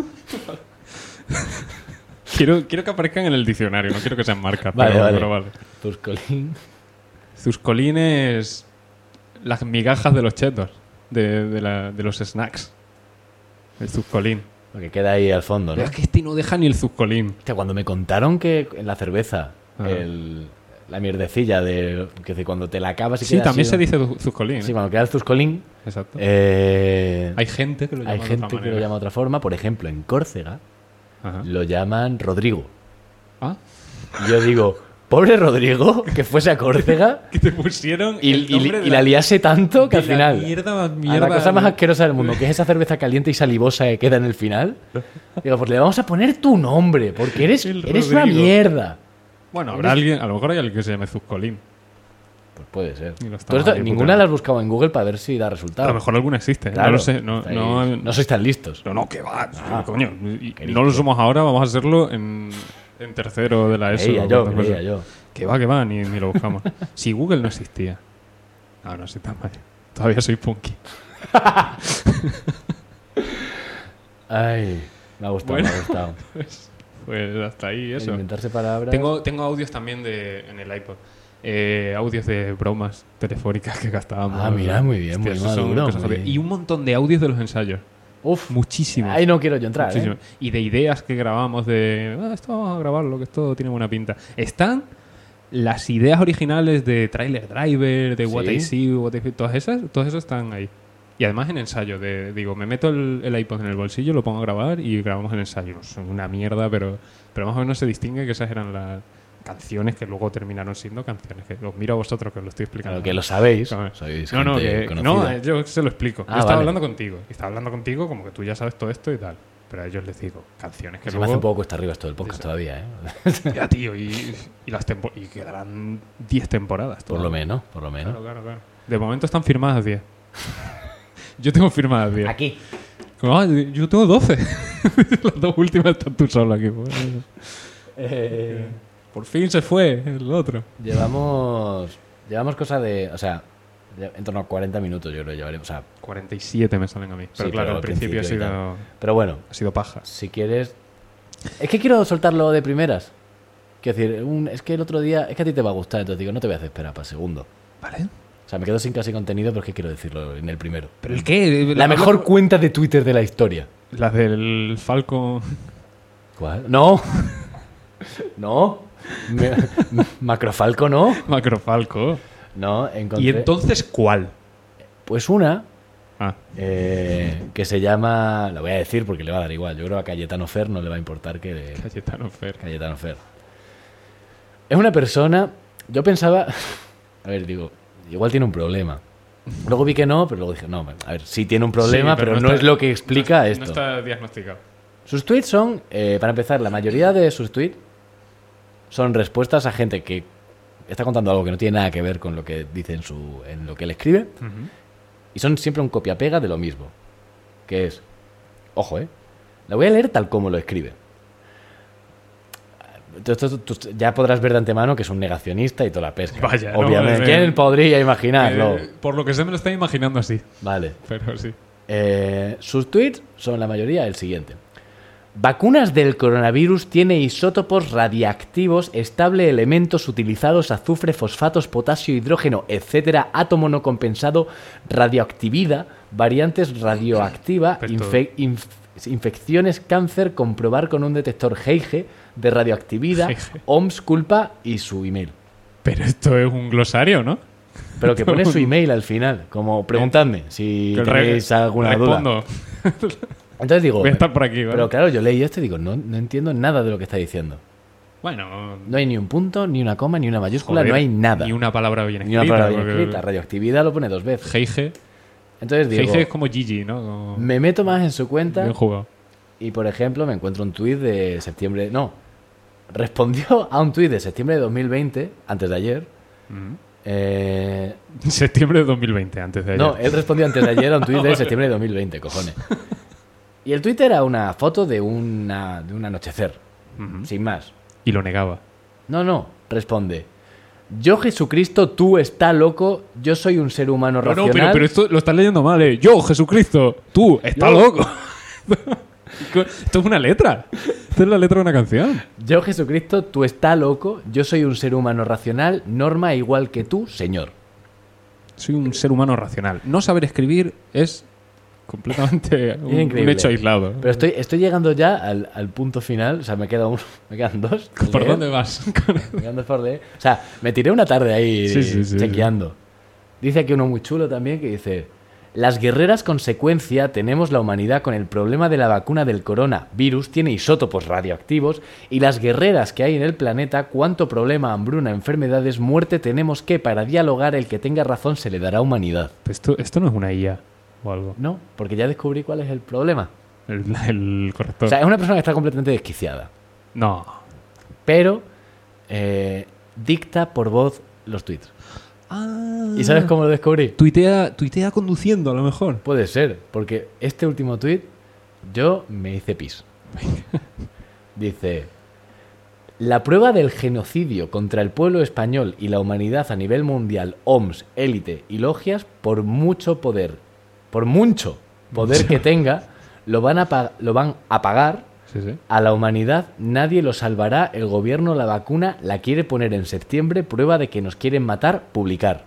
Speaker 2: quiero, quiero que aparezcan en el diccionario, no quiero que sean marcas.
Speaker 1: Vale,
Speaker 2: pero,
Speaker 1: vale.
Speaker 2: pero vale.
Speaker 1: Zuscolín.
Speaker 2: Zuscolines. Las migajas de los chetos, de, de la- de los snacks. El Zuscolín.
Speaker 1: Lo que queda ahí al fondo, ¿no?
Speaker 2: Pero es que este no deja ni el Zuscolín.
Speaker 1: Hostia, cuando me contaron que en la cerveza,
Speaker 2: Ah.
Speaker 1: el- la mierdecilla de. Que dice, cuando te la acabas y
Speaker 2: Sí,
Speaker 1: queda
Speaker 2: también
Speaker 1: así,
Speaker 2: se
Speaker 1: ¿no?
Speaker 2: dice zu- Zuscolín.
Speaker 1: Sí,
Speaker 2: ¿eh?
Speaker 1: cuando queda el Zuscolín.
Speaker 2: Exacto.
Speaker 1: eh,
Speaker 2: hay gente que lo llama
Speaker 1: hay
Speaker 2: de otra
Speaker 1: gente que lo
Speaker 2: manera. Ah.
Speaker 1: llama de otra forma. Por ejemplo, en Córcega
Speaker 2: Ajá.
Speaker 1: lo llaman Rodrigo.
Speaker 2: Ah,
Speaker 1: Y yo digo, pobre Rodrigo, que fuese a Córcega
Speaker 2: que te pusieron
Speaker 1: y,
Speaker 2: el
Speaker 1: y-
Speaker 2: nombre de
Speaker 1: y la liase tanto que
Speaker 2: de
Speaker 1: al final.
Speaker 2: La mierda, más
Speaker 1: A
Speaker 2: mierda.
Speaker 1: la cosa más asquerosa del mundo, que es esa cerveza caliente y salivosa que queda en el final. Digo, pues le vamos a poner tu nombre, porque eres,
Speaker 2: El
Speaker 1: eres una
Speaker 2: Rodrigo.
Speaker 1: mierda.
Speaker 2: Bueno, habrá alguien, a lo mejor hay alguien que se llame Zuscolín.
Speaker 1: Pues puede ser.
Speaker 2: Y lo está
Speaker 1: Tú esto-
Speaker 2: mal, de puta
Speaker 1: ninguna
Speaker 2: madre.
Speaker 1: la has buscado en Google para ver si da resultado.
Speaker 2: A lo mejor alguna existe. ¿eh?
Speaker 1: Claro,
Speaker 2: No lo sé. No,
Speaker 1: estáis-
Speaker 2: no,
Speaker 1: no sois tan listos.
Speaker 2: no, no, que va. coño. y-
Speaker 1: qué
Speaker 2: no lo somos ahora, vamos a hacerlo en, en tercero de la ESO.
Speaker 1: Creía
Speaker 2: o
Speaker 1: yo,
Speaker 2: cualquier
Speaker 1: creía
Speaker 2: cosa.
Speaker 1: yo.
Speaker 2: Que va, que va, ni, ni lo buscamos. si Google no existía. No, no soy tan mal. Todavía soy punky.
Speaker 1: Ay, me ha gustado,
Speaker 2: Bueno.
Speaker 1: me ha gustado.
Speaker 2: Pues, pues hasta ahí eso.
Speaker 1: Inventarse palabras.
Speaker 2: Tengo, tengo audios también de, en el iPod. Eh, audios de bromas telefóricas que gastábamos.
Speaker 1: Ah, mira, muy bien, muy
Speaker 2: esos son
Speaker 1: maduro,
Speaker 2: cosas
Speaker 1: muy
Speaker 2: jodidas.
Speaker 1: bien.
Speaker 2: Y un montón de audios de los ensayos.
Speaker 1: Uf,
Speaker 2: Muchísimos.
Speaker 1: ahí no quiero yo entrar.
Speaker 2: Muchísimo.
Speaker 1: ¿eh?
Speaker 2: Y de ideas que grabamos de "Ah, esto vamos a grabarlo, que esto tiene buena pinta. Están las ideas originales de Trailer Driver, de What
Speaker 1: Sí.
Speaker 2: I See, What I Feel, todas esas, todas esas están ahí. Y además en ensayo, de, digo, me meto el, el iPod en el bolsillo, lo pongo a grabar y grabamos el ensayo. Son una mierda, pero, pero más o menos se distingue que esas eran las canciones que luego terminaron siendo canciones. Que los miro a vosotros que os lo estoy explicando.
Speaker 1: Claro que lo sabéis.
Speaker 2: Claro.
Speaker 1: Sois
Speaker 2: No, no,
Speaker 1: gente
Speaker 2: que-
Speaker 1: conocida.
Speaker 2: no, eh, yo se lo explico.
Speaker 1: Ah,
Speaker 2: yo estaba
Speaker 1: vale.
Speaker 2: hablando contigo. y Estaba hablando contigo como que tú ya sabes todo esto y tal. Pero a ellos les digo, canciones que
Speaker 1: Se me
Speaker 2: luego...
Speaker 1: hace un poco cuesta arriba esto del podcast todavía, ¿eh?
Speaker 2: Ya, tío, y, y las tempo- y quedarán 10 temporadas.
Speaker 1: Por lo menos, por lo menos.
Speaker 2: Claro, claro, claro. De momento están firmadas 10. yo tengo firmadas 10.
Speaker 1: Aquí.
Speaker 2: Como, ah, yo tengo 12. las dos últimas están tú solo aquí. pues.
Speaker 1: Eh,
Speaker 2: Por fin se fue el otro.
Speaker 1: Llevamos. Llevamos cosa de. O sea, ya- en torno a 40 minutos, yo creo llevaremos. O sea,
Speaker 2: 47 me salen a mí. Pero
Speaker 1: Sí,
Speaker 2: claro,
Speaker 1: pero
Speaker 2: al
Speaker 1: al
Speaker 2: principio,
Speaker 1: principio
Speaker 2: ha,
Speaker 1: y
Speaker 2: sido,
Speaker 1: pero bueno,
Speaker 2: ha sido paja.
Speaker 1: si quieres. Es que quiero soltarlo de primeras. Quiero decir, un- es que el otro día. Es que a ti te va a gustar, entonces digo, no te voy a hacer esperar para segundo.
Speaker 2: ¿Vale?
Speaker 1: O sea, me quedo sin casi contenido, pero es que quiero decirlo en el primero.
Speaker 2: ¿Pero el qué?
Speaker 1: La mejor cuenta de Twitter de la historia.
Speaker 2: Mm. Las del Falco.
Speaker 1: ¿Cuál? No. No. Me- Macrofalco no.
Speaker 2: Macrofalco.
Speaker 1: No, encontré.
Speaker 2: ¿Y entonces cuál?
Speaker 1: Pues una
Speaker 2: Ah,
Speaker 1: eh, que se llama. La voy a decir porque le va a dar igual. Yo creo que a Cayetano Fer no le va a importar que.
Speaker 2: Cayetano Fer.
Speaker 1: Cayetano Fer. Es una persona. Yo pensaba. A ver, digo. igual tiene un problema. Luego vi que no, pero luego dije, no, a ver, sí tiene un problema,
Speaker 2: Sí,
Speaker 1: pero, no,
Speaker 2: está-
Speaker 1: es lo que explica
Speaker 2: no-
Speaker 1: esto.
Speaker 2: No está diagnosticado.
Speaker 1: Sus tweets son, eh, para empezar, la mayoría de sus tweets son respuestas a gente que está contando algo que no tiene nada que ver con lo que dice en, su, en lo que él escribe. Y son siempre un copia-pega de lo mismo. Que es, ojo, ¿eh? La voy a leer tal como lo escribe. Tú- tú- tú- tú ya podrás ver de antemano que es un negacionista y toda la pesca.
Speaker 2: Vaya, no,
Speaker 1: Obviamente.
Speaker 2: eh,
Speaker 1: ¿Quién podría
Speaker 2: Eh,
Speaker 1: imaginarlo?
Speaker 2: por lo que sé, me lo estoy imaginando así.
Speaker 1: Vale.
Speaker 2: Pero sí.
Speaker 1: Eh, sus tweets son la mayoría el siguiente. Vacunas del coronavirus tiene isótopos radiactivos, estable elementos utilizados, azufre, fosfatos, potasio, hidrógeno, etcétera, átomo no compensado, radioactividad, variantes radioactiva,
Speaker 2: Pero
Speaker 1: infe- inf- infecciones, cáncer, comprobar con un detector Geiger de radioactividad,
Speaker 2: Geiger.
Speaker 1: OMS, culpa y su email.
Speaker 2: Pero esto es un glosario, ¿no?
Speaker 1: Pero que pone su email al final, como preguntadme si
Speaker 2: Que re-
Speaker 1: tenéis alguna duda.
Speaker 2: respondo.
Speaker 1: Entonces digo,
Speaker 2: Voy a estar por aquí, ¿vale?
Speaker 1: Pero claro, yo leí esto y digo, no, no entiendo nada de lo que está diciendo.
Speaker 2: Bueno,
Speaker 1: No hay ni un punto, ni una coma, ni una mayúscula,
Speaker 2: joder,
Speaker 1: no hay nada.
Speaker 2: Ni una palabra bien
Speaker 1: Ni
Speaker 2: escrita.
Speaker 1: una palabra bien
Speaker 2: porque-
Speaker 1: escrita. Radioactividad lo pone dos veces.
Speaker 2: Heige.
Speaker 1: Entonces digo,
Speaker 2: Heige es como Gigi, ¿no? Como-
Speaker 1: me meto más en su cuenta
Speaker 2: Bien jugado.
Speaker 1: y, por ejemplo, me encuentro un tuit de septiembre... No, respondió a un tuit de septiembre de 2020, antes de ayer. eh,
Speaker 2: Septiembre de 2020, antes de ayer.
Speaker 1: No, él respondió antes de ayer a un tuit de septiembre de 2020, cojones. Y el tuit era una foto de, una, de un anochecer,
Speaker 2: Ujú.
Speaker 1: sin más.
Speaker 2: Y lo negaba.
Speaker 1: No, no, responde. Yo, Jesucristo, tú está loco, yo soy un ser humano
Speaker 2: No, no,
Speaker 1: racional.
Speaker 2: pero, pero esto lo estás leyendo mal, ¿eh? Yo, Jesucristo, tú, estás
Speaker 1: Yo.
Speaker 2: loco. esto es una letra. Esto es la letra de una canción.
Speaker 1: Yo, Jesucristo, tú está loco, yo soy un ser humano racional, norma igual que tú, Señor.
Speaker 2: Soy un ser humano racional. No saber escribir es completamente un,
Speaker 1: increíble.
Speaker 2: un hecho aislado.
Speaker 1: Pero estoy, estoy llegando ya al, al punto final, o sea, me, queda un- me quedan dos. por
Speaker 2: ¿Por
Speaker 1: leer,
Speaker 2: dónde vas?
Speaker 1: Me quedan dos por leer. O sea, me tiré una tarde ahí
Speaker 2: Sí, sí, sí,
Speaker 1: chequeando. Dice aquí uno muy chulo también que dice... Las guerreras consecuencia tenemos la humanidad con el problema de la vacuna del coronavirus, tiene isótopos radioactivos, y las guerreras que hay en el planeta, cuánto problema, hambruna, enfermedades, muerte tenemos que, para dialogar, el que tenga razón se le dará humanidad.
Speaker 2: esto, esto no es una IA o algo.
Speaker 1: No, porque ya descubrí cuál es el problema.
Speaker 2: El, el corrector.
Speaker 1: O sea, es una persona que está completamente desquiciada,
Speaker 2: no.
Speaker 1: pero eh, dicta por voz los tweets.
Speaker 2: Ah.
Speaker 1: ¿Y sabes cómo lo descubrí?
Speaker 2: Tuitea, tuitea conduciendo, a lo mejor.
Speaker 1: Puede ser, porque este último tweet yo me hice pis. Dice, la prueba del genocidio contra el pueblo español y la humanidad a nivel mundial, OMS, élite y logias, por mucho poder, por mucho poder que tenga, lo van a, pa- lo van a pagar
Speaker 2: Sí, sí.
Speaker 1: a la humanidad nadie lo salvará, el gobierno la vacuna la quiere poner en septiembre, prueba de que nos quieren matar, publicar.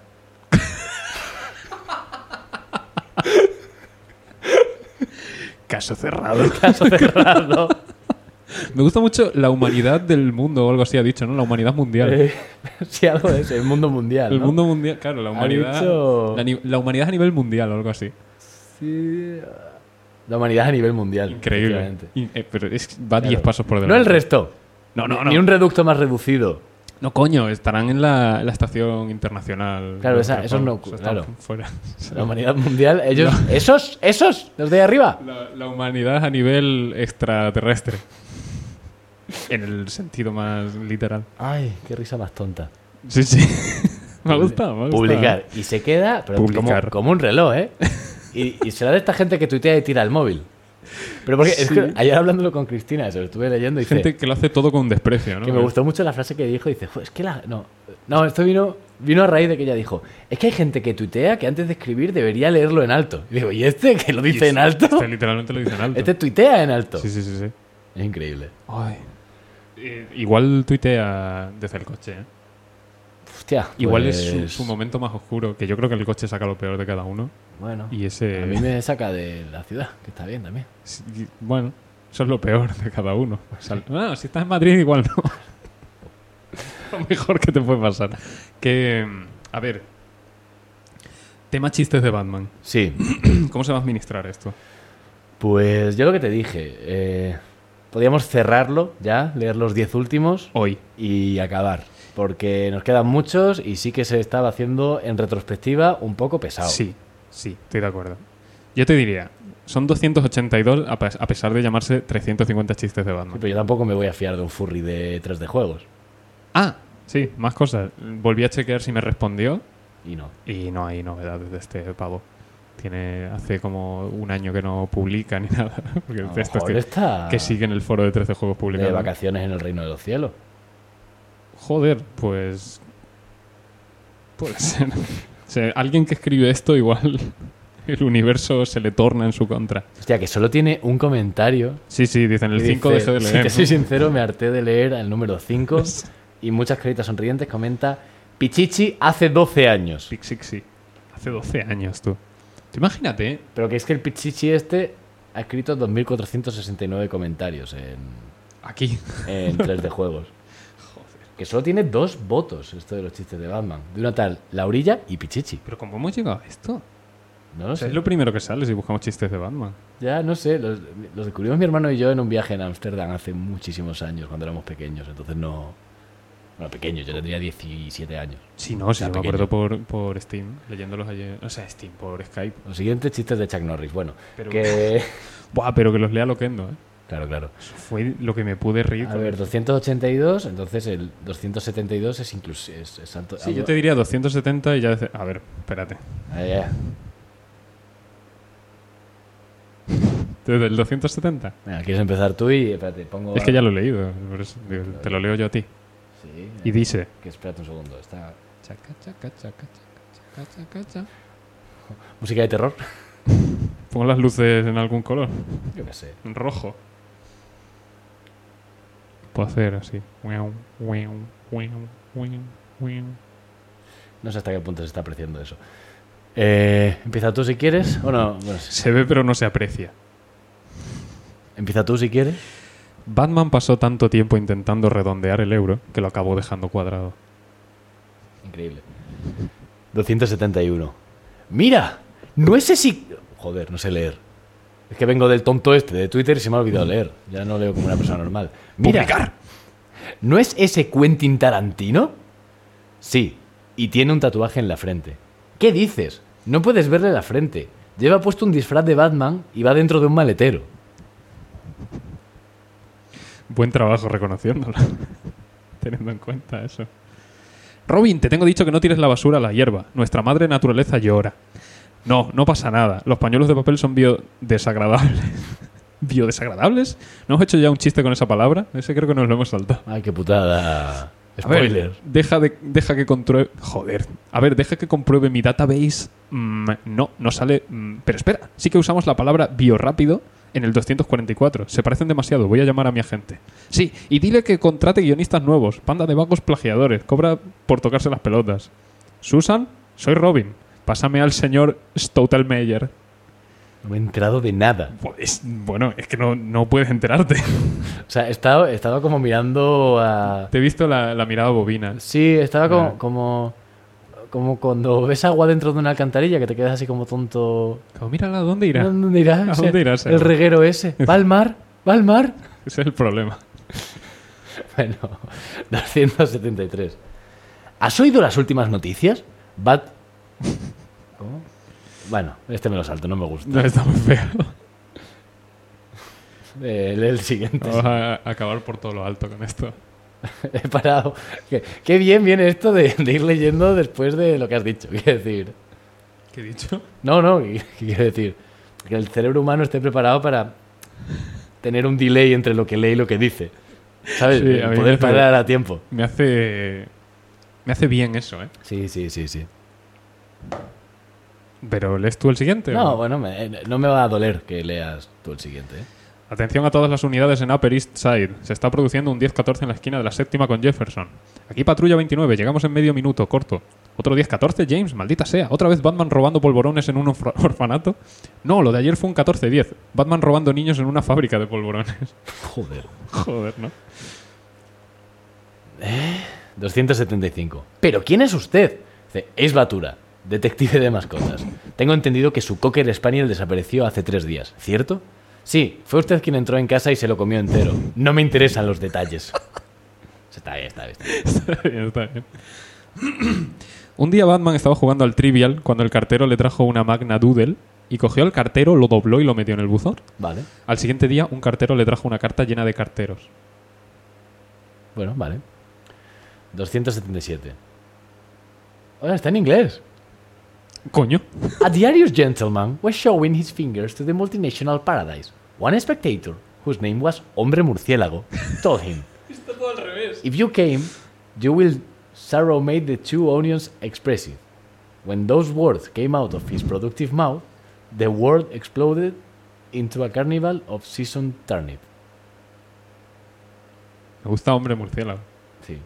Speaker 2: Caso cerrado.
Speaker 1: Caso cerrado.
Speaker 2: Me gusta mucho la humanidad del mundo, o algo así ha dicho, ¿no? La humanidad mundial.
Speaker 1: Eh, sí, algo de eso, el mundo mundial.
Speaker 2: el
Speaker 1: ¿no?
Speaker 2: mundo mundial, claro, la humanidad.
Speaker 1: dicho-
Speaker 2: La, ni- la humanidad a nivel mundial, o algo así.
Speaker 1: Sí, ah, La humanidad a nivel mundial.
Speaker 2: Increíble.
Speaker 1: efectivamente.
Speaker 2: Y- eh, pero es, que va 10
Speaker 1: Claro.
Speaker 2: pasos por
Speaker 1: No
Speaker 2: delante.
Speaker 1: el resto.
Speaker 2: No, no,
Speaker 1: Ni-
Speaker 2: no.
Speaker 1: Ni un reducto más reducido.
Speaker 2: No, coño, estarán en la, en la estación internacional.
Speaker 1: Claro,
Speaker 2: Los
Speaker 1: esa-
Speaker 2: tres
Speaker 1: esos no
Speaker 2: pavos,
Speaker 1: cu-
Speaker 2: están
Speaker 1: claro.
Speaker 2: Fuera.
Speaker 1: La humanidad mundial, ellos. ¡Esos! ¡Esos! ¡Los de ahí arriba!
Speaker 2: La, la humanidad a nivel extraterrestre. en el sentido más literal.
Speaker 1: Ay, qué risa más tonta.
Speaker 2: Sí, sí. me ha gustado, me ha gustado.
Speaker 1: Publicar. Y se queda pero
Speaker 2: Publicar.
Speaker 1: Como, como un reloj, ¿eh? Y, y será de esta gente que tuitea y tira el móvil. Pero porque es que ayer hablándolo con Cristina, se lo estuve leyendo y dice
Speaker 2: Gente que lo hace todo con desprecio, ¿no?
Speaker 1: que me gustó mucho la frase que dijo. Dice, "Jo, es que la. No, no esto vino, vino a raíz de que ella dijo: Es que hay gente que tuitea que antes de escribir debería leerlo en alto. Y digo, ¿y este que lo dice en alto?
Speaker 2: Este literalmente lo dice en alto.
Speaker 1: Este tuitea en alto.
Speaker 2: Sí, sí, sí. sí.
Speaker 1: Es increíble.
Speaker 2: Eh, igual tuitea desde el coche, ¿eh?
Speaker 1: Hostia.
Speaker 2: Igual es su,
Speaker 1: pues,
Speaker 2: su momento más oscuro, que yo creo que el coche saca lo peor de cada uno.
Speaker 1: Bueno,
Speaker 2: Y ese...
Speaker 1: a mí me saca de la ciudad, que está bien también.
Speaker 2: Sí, y- Bueno, eso es lo peor de cada uno. O sea, no, si estás en Madrid, igual no. lo mejor que te puede pasar. Que, mm, a ver, tema chistes de Batman.
Speaker 1: Sí,
Speaker 2: ¿Cómo se va a administrar esto?
Speaker 1: pues yo lo que te dije. eh, podríamos cerrarlo ya, leer los 10 últimos
Speaker 2: Hoy.
Speaker 1: y acabar. porque nos quedan muchos y sí que se estaba haciendo en retrospectiva un poco pesado.
Speaker 2: Sí, sí, estoy de acuerdo. Yo te diría, son 282 a pes- a pesar de llamarse 350 chistes de
Speaker 1: Sí,
Speaker 2: Batman.
Speaker 1: pero yo tampoco me voy a fiar de un furry de 3D juegos.
Speaker 2: Ah, sí, más cosas. Volví a chequear si me respondió
Speaker 1: Y no.
Speaker 2: y no hay novedades de este pavo. Tiene hace como un año que no publica ni nada. Porque
Speaker 1: A lo
Speaker 2: de estos
Speaker 1: mejor
Speaker 2: que,
Speaker 1: está
Speaker 2: que siguen el foro de 13 juegos
Speaker 1: de
Speaker 2: publicados.
Speaker 1: vacaciones en el reino de los cielos.
Speaker 2: Joder, pues. Puede ser. O sea, alguien que escribe esto, igual el universo se le torna en su contra.
Speaker 1: Hostia, que solo tiene un comentario.
Speaker 2: Sí, sí, dicen el
Speaker 1: que
Speaker 2: 5
Speaker 1: dice,
Speaker 2: deje de
Speaker 1: Si
Speaker 2: leer.
Speaker 1: te
Speaker 2: ¿no?
Speaker 1: soy sincero, me harté de leer al número 5 y muchas caritas sonrientes comenta Pichichi hace 12 años.
Speaker 2: Pic, sí, sí. Hace 12 años, tú. Tú imagínate, ¿eh?
Speaker 1: Pero que es que el Pichichi este ha escrito 2469 comentarios en,
Speaker 2: aquí.
Speaker 1: en 3D juegos. Que solo tiene dos votos esto de los chistes de Batman. De una tal Laurilla y Pichichi.
Speaker 2: Pero ¿cómo hemos llegado a esto?
Speaker 1: No lo
Speaker 2: O sea,
Speaker 1: sé.
Speaker 2: es lo primero que sale si buscamos chistes de Batman.
Speaker 1: Ya, no sé, los, los descubrimos mi hermano y yo en un viaje en Ámsterdam hace muchísimos años, cuando éramos pequeños, entonces no... Bueno, pequeños, yo tendría 17 años.
Speaker 2: Sí, no, sí,
Speaker 1: Era
Speaker 2: yo me acuerdo por, por Steam, leyéndolos ayer. O sea, Steam, por Skype.
Speaker 1: Los siguientes chistes de Chuck Norris, bueno,
Speaker 2: Pero-
Speaker 1: que...
Speaker 2: Buah, pero que los lea Loquendo, ¿eh?
Speaker 1: Claro, claro.
Speaker 2: Eso fue lo que me pude reír.
Speaker 1: A
Speaker 2: con-
Speaker 1: ver, 282, entonces el 272 es incluso... Es, es santo-
Speaker 2: Sí, yo te diría 270 y ya... dice- A ver, espérate.
Speaker 1: Ah, ya,
Speaker 2: Desde el 270.
Speaker 1: Venga, quieres empezar tú y... Espérate, pongo...
Speaker 2: Es que ya lo he leído, por eso digo, te lo leo yo a ti.
Speaker 1: Sí,
Speaker 2: Y dice...
Speaker 1: que espérate un segundo, está...
Speaker 2: Chaca, chaca, chaca, chaca, chaca, chaca.
Speaker 1: ¿Música de terror?
Speaker 2: Pon las luces en algún color,
Speaker 1: Yo qué sé.
Speaker 2: en rojo. Puedo hacer así. Guiau, guiau, guiau, guiau, guiau.
Speaker 1: No sé hasta qué punto se está apreciando eso. Eh, empieza tú si quieres. O no, bueno, sí.
Speaker 2: Se ve pero no se aprecia.
Speaker 1: empieza tú si quieres.
Speaker 2: Batman pasó tanto tiempo intentando redondear el euro que lo acabó dejando cuadrado.
Speaker 1: Increíble. 271. Mira, no es ese... Joder, no sé leer. Es que vengo del tonto este de Twitter y se me ha olvidado leer. Ya no leo como una persona normal. Mira,
Speaker 2: Mm. Publicar.
Speaker 1: ¿no es ese Quentin Tarantino? Sí, y tiene un tatuaje en la frente. ¿Qué dices? No puedes verle la frente. Lleva puesto un disfraz de Batman y va dentro de un maletero.
Speaker 2: Buen trabajo reconociéndolo. Teniendo en cuenta eso. Robin, te tengo dicho que no tires la basura a la hierba. Nuestra madre naturaleza llora. No, no pasa nada. Los pañuelos de papel son biodesagradables. ¿Biodesagradables? ¿No hemos hecho ya un chiste con esa palabra? Ese creo que nos lo hemos saltado.
Speaker 1: Ay, qué putada.
Speaker 2: A ver,
Speaker 1: Spoiler.
Speaker 2: deja, de, deja que compruebe. Joder. A ver, deja que compruebe mi database. Mm, no, no sale. mm, pero espera, sí que usamos la palabra biorápido en el 244. Se parecen demasiado. Voy a llamar a mi agente. Sí, y dile que contrate guionistas nuevos. Panda de vagos plagiadores. Cobra por tocarse las pelotas. Susan, soy Robin. Pásame al señor Stoutelmeyer.
Speaker 1: No me he enterado de nada.
Speaker 2: Pues, bueno, es que no, no puedes enterarte.
Speaker 1: O sea, estaba, estaba como mirando a...
Speaker 2: Te he visto la, la mirada bobina.
Speaker 1: Sí, estaba como,
Speaker 2: Ah.
Speaker 1: como, como cuando ves agua dentro de una alcantarilla que te quedas así como tonto.
Speaker 2: Como, mírala, ¿dóned irá?
Speaker 1: ¿Dónde irá?
Speaker 2: ¿A
Speaker 1: ese-
Speaker 2: dónde irá ese
Speaker 1: El
Speaker 2: agua?
Speaker 1: reguero ese. ¿Va al mar? ¿Va al mar?
Speaker 2: Ese es el problema.
Speaker 1: Bueno, 273. ¿Has oído las últimas noticias? Bat... ¿Cómo? Bueno, este me lo salto, no me gusta.
Speaker 2: No, está muy feo.
Speaker 1: Eh, lee el siguiente.
Speaker 2: Vamos a a acabar por todo lo alto con esto.
Speaker 1: He parado. Qué, qué bien viene esto de, de ir leyendo después de lo que has dicho. Quiero decir...
Speaker 2: ¿Qué he dicho?
Speaker 1: No, no, ¿qué quiero decir? Que el cerebro humano esté preparado para tener un delay entre lo que lee y lo que dice. ¿Sabes?
Speaker 2: Sí, a mí me
Speaker 1: Poder
Speaker 2: hace-
Speaker 1: parar a tiempo.
Speaker 2: Me hace. Me hace bien eso, ¿eh?
Speaker 1: Sí, sí, sí, sí.
Speaker 2: Pero lees tú el siguiente. o
Speaker 1: No, bueno, me- eh, no me va a doler que leas tú el siguiente. ¿eh?
Speaker 2: Atención a todas las unidades en Upper East Side. Se está produciendo un 10-14 en la esquina de la séptima con Jefferson. Aquí patrulla 29, llegamos en medio minuto, corto. Otro 10-14, James, maldita sea. ¿Otra vez Batman robando polvorones en un orfa- orfanato? No, lo de ayer fue un 14-10. Batman robando niños en una fábrica de polvorones.
Speaker 1: Joder.
Speaker 2: Joder, ¿no?
Speaker 1: 275. ¿Pero quién es usted? Dice, es Batura, detective de mascotas. Tengo entendido que su cocker spaniel desapareció hace tres días, ¿cierto? Sí, fue usted quien entró en casa y se lo comió entero. No me interesan los detalles. O Está bien, está bien. está bien.
Speaker 2: Está bien, está bien. Un día Batman estaba jugando al Trivial cuando el cartero le trajo una Magna Doodle y cogió al cartero, lo dobló y lo metió en el buzón.
Speaker 1: Vale.
Speaker 2: Al siguiente día, un cartero le trajo una carta llena de carteros.
Speaker 1: Bueno, vale. 277. Ahora está en inglés.
Speaker 2: Coño.
Speaker 1: A diarious gentleman was showing his fingers to the multinational paradise. One spectator, whose name was Hombre Murciélago, told him,
Speaker 2: Está todo al revés.
Speaker 1: If you came, you will sorrow made the two onions expressive. When those words came out of his productive mouth, the world exploded into a carnival of seasoned turnip.
Speaker 2: Me gusta hombre murciélago.
Speaker 1: Sí.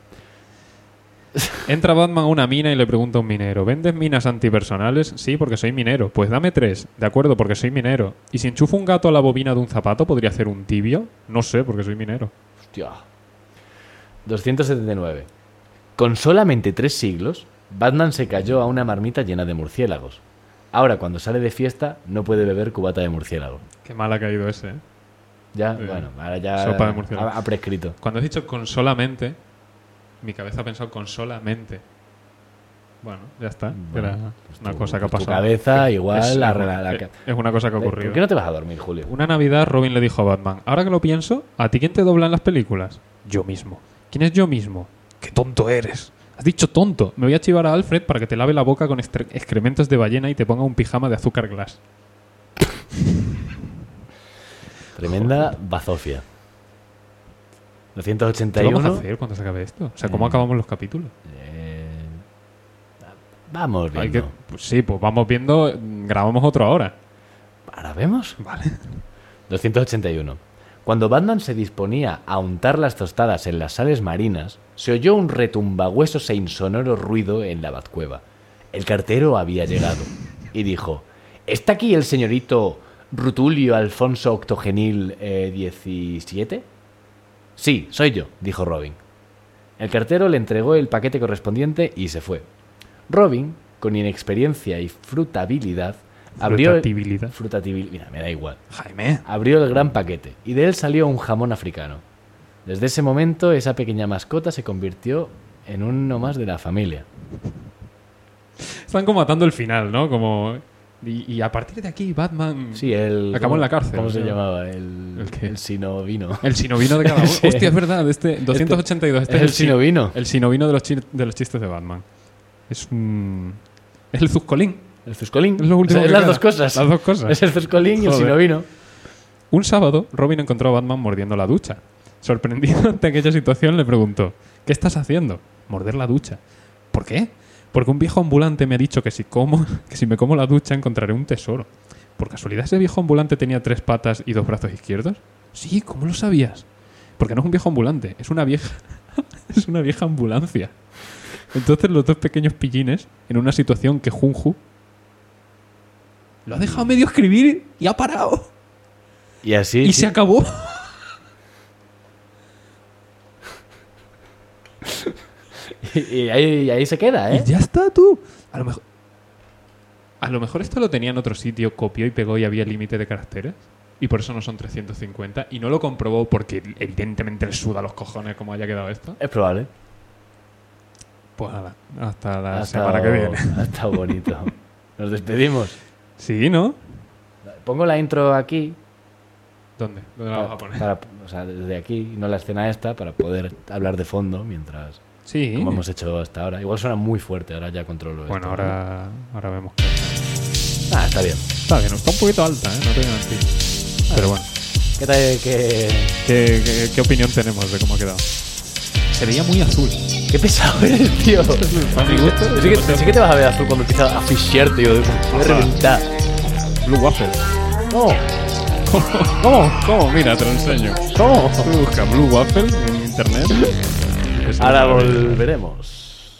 Speaker 2: Entra Batman a una mina y le pregunta a un minero, ¿vendes minas antipersonales? Sí, porque soy minero. Pues dame tres. De acuerdo, porque soy minero. ¿Y si enchufo un gato a la bobina de un zapato, podría hacer un tibio? No sé, porque soy minero.
Speaker 1: Hostia. 279. Con solamente tres siglos, Batman se cayó a una marmita llena de murciélagos. Ahora, cuando sale de fiesta, no puede beber cubata de murciélago.
Speaker 2: Qué mal ha caído ese, ¿eh?
Speaker 1: Ya,
Speaker 2: Eh,
Speaker 1: bueno, ahora ya
Speaker 2: sopa de murciélago.
Speaker 1: Ha, ha prescrito.
Speaker 2: Cuando has dicho con solamente, mi cabeza ha pensado con solamente. Bueno, ya está.
Speaker 1: Bueno,
Speaker 2: Era
Speaker 1: pues
Speaker 2: una
Speaker 1: tu-
Speaker 2: cosa que ha
Speaker 1: pues
Speaker 2: pasado.
Speaker 1: Tu cabeza, igual,
Speaker 2: es,
Speaker 1: la,
Speaker 2: es-
Speaker 1: la- la-
Speaker 2: es- es una cosa que ha
Speaker 1: ¿Por
Speaker 2: ocurrido.
Speaker 1: qué no te vas a dormir, Julio?
Speaker 2: Una Navidad Robin le dijo a Batman, ahora que lo pienso, ¿a ti quién te dobla en las películas? Yo mismo. ¿Quién es yo mismo? ¡Qué tonto eres! Has dicho tonto. Me voy a chivar a Alfred para que te lave la boca con estre- excrementos de ballena y te ponga un pijama de azúcar glass.
Speaker 1: Tremenda bazofia.
Speaker 2: ¿Qué vamos a
Speaker 1: 281.
Speaker 2: hacer cuando se acabe esto? O sea,
Speaker 1: Mm.
Speaker 2: ¿cómo acabamos los capítulos?
Speaker 1: Eh, vamos
Speaker 2: Hay
Speaker 1: viendo.
Speaker 2: que- pues sí, pues vamos viendo, mm, grabamos otro ahora.
Speaker 1: Ahora vemos.
Speaker 2: Vale.
Speaker 1: 281. Cuando Batman se disponía a untar las tostadas en las sales marinas, se oyó un retumbahuesos e insonoro ruido en la batcueva. El cartero había llegado y dijo: ¿Está aquí el señorito Rutulio Alfonso Octogenil eh, 17? Sí, soy yo, dijo Robin. El cartero le entregó el paquete correspondiente y se fue. Robin, con inexperiencia y frutabilidad, abrió. el-
Speaker 2: Frutatibilidad.
Speaker 1: Frutatibil- Mira, me da igual
Speaker 3: Jaime.
Speaker 1: abrió el gran paquete y de él salió un jamón africano. Desde ese momento, esa pequeña mascota se convirtió en uno más de la familia.
Speaker 2: Están como atando el final, ¿no? Como... Y, y a partir de aquí, Batman...
Speaker 1: Sí, el.
Speaker 2: Acabó en la cárcel,
Speaker 1: ¿Cómo se
Speaker 2: ¿no?
Speaker 1: llamaba? El,
Speaker 2: ¿El qué?
Speaker 1: el sinovino.
Speaker 2: El sinovino de cada uno.
Speaker 1: Sí.
Speaker 2: Hostia, es verdad, este 282. Este,
Speaker 1: Es
Speaker 2: es
Speaker 1: el
Speaker 2: si-
Speaker 1: sinovino.
Speaker 2: El sinovino de los, chi- de los chistes de Batman. Es un. Es el Zuzcolín.
Speaker 1: El Zuscolín.
Speaker 2: Es lo último
Speaker 1: Es
Speaker 2: que
Speaker 1: las
Speaker 2: queda.
Speaker 1: dos cosas.
Speaker 2: Las dos cosas.
Speaker 1: Es el Zuscolín y el
Speaker 2: Joder.
Speaker 1: sinovino.
Speaker 2: Un sábado, Robin encontró a Batman mordiendo la ducha. Sorprendido ante aquella situación, le preguntó: ¿Qué estás haciendo? Morder la ducha. ¿Por qué? Porque un viejo ambulante me ha dicho que si, como, que si me como la ducha encontraré un tesoro. ¿Por casualidad ese viejo ambulante tenía tres patas y dos brazos izquierdos? Sí, ¿cómo lo sabías? Porque no es un viejo ambulante, es una vieja. es una vieja ambulancia. Entonces los dos pequeños pillines, en una situación que Junju. Lo ha dejado medio escribir y ha parado.
Speaker 1: Y así.
Speaker 2: Y se acabó.
Speaker 1: y ahí, y ahí se queda, ¿eh?
Speaker 2: Y ya está, tú. A lo mejor. A lo mejor esto lo tenía en otro sitio, copió y pegó y había límite de caracteres. Y por eso no son 350. Y no lo comprobó porque evidentemente le suda los cojones como haya quedado esto.
Speaker 1: Es probable.
Speaker 2: Pues nada, hasta
Speaker 1: Ha
Speaker 2: la semana que
Speaker 1: estado-
Speaker 2: viene.
Speaker 1: Ha estado bonito. Nos despedimos.
Speaker 2: Sí, ¿no?
Speaker 1: Pongo la intro aquí.
Speaker 2: ¿Dónde? ¿Dónde la vamos a poner?
Speaker 1: para- o sea, desde aquí, no la escena esta, para poder hablar de fondo mientras.
Speaker 2: Sí.
Speaker 1: como hemos hecho hasta ahora. Igual suena muy fuerte, ahora ya controlo
Speaker 2: Bueno,
Speaker 1: esto.
Speaker 2: ahora, ahora vemos. qué.
Speaker 1: Ah, está bien.
Speaker 2: Está bien, está un poquito alta, ¿eh? No te voy a mentir.
Speaker 1: Ah.
Speaker 2: Pero bueno,
Speaker 1: ¿Qué tal que
Speaker 2: ¿qué, qué, qué opinión tenemos de cómo ha quedado? Se veía muy azul.
Speaker 1: qué pesado eres, tío?
Speaker 2: A mi gusto.
Speaker 1: Sí que, sí que te vas a ver azul cuando empiezas a ficharte, yo voy a reventar.
Speaker 2: Blue Waffle.
Speaker 1: No,
Speaker 2: ¿Cómo? ¿Cómo? Mira, te lo enseño.
Speaker 1: ¿cómo?
Speaker 2: Tú busca Blue Waffle en internet. Es
Speaker 1: Ahora
Speaker 2: una maravilla.
Speaker 1: volveremos.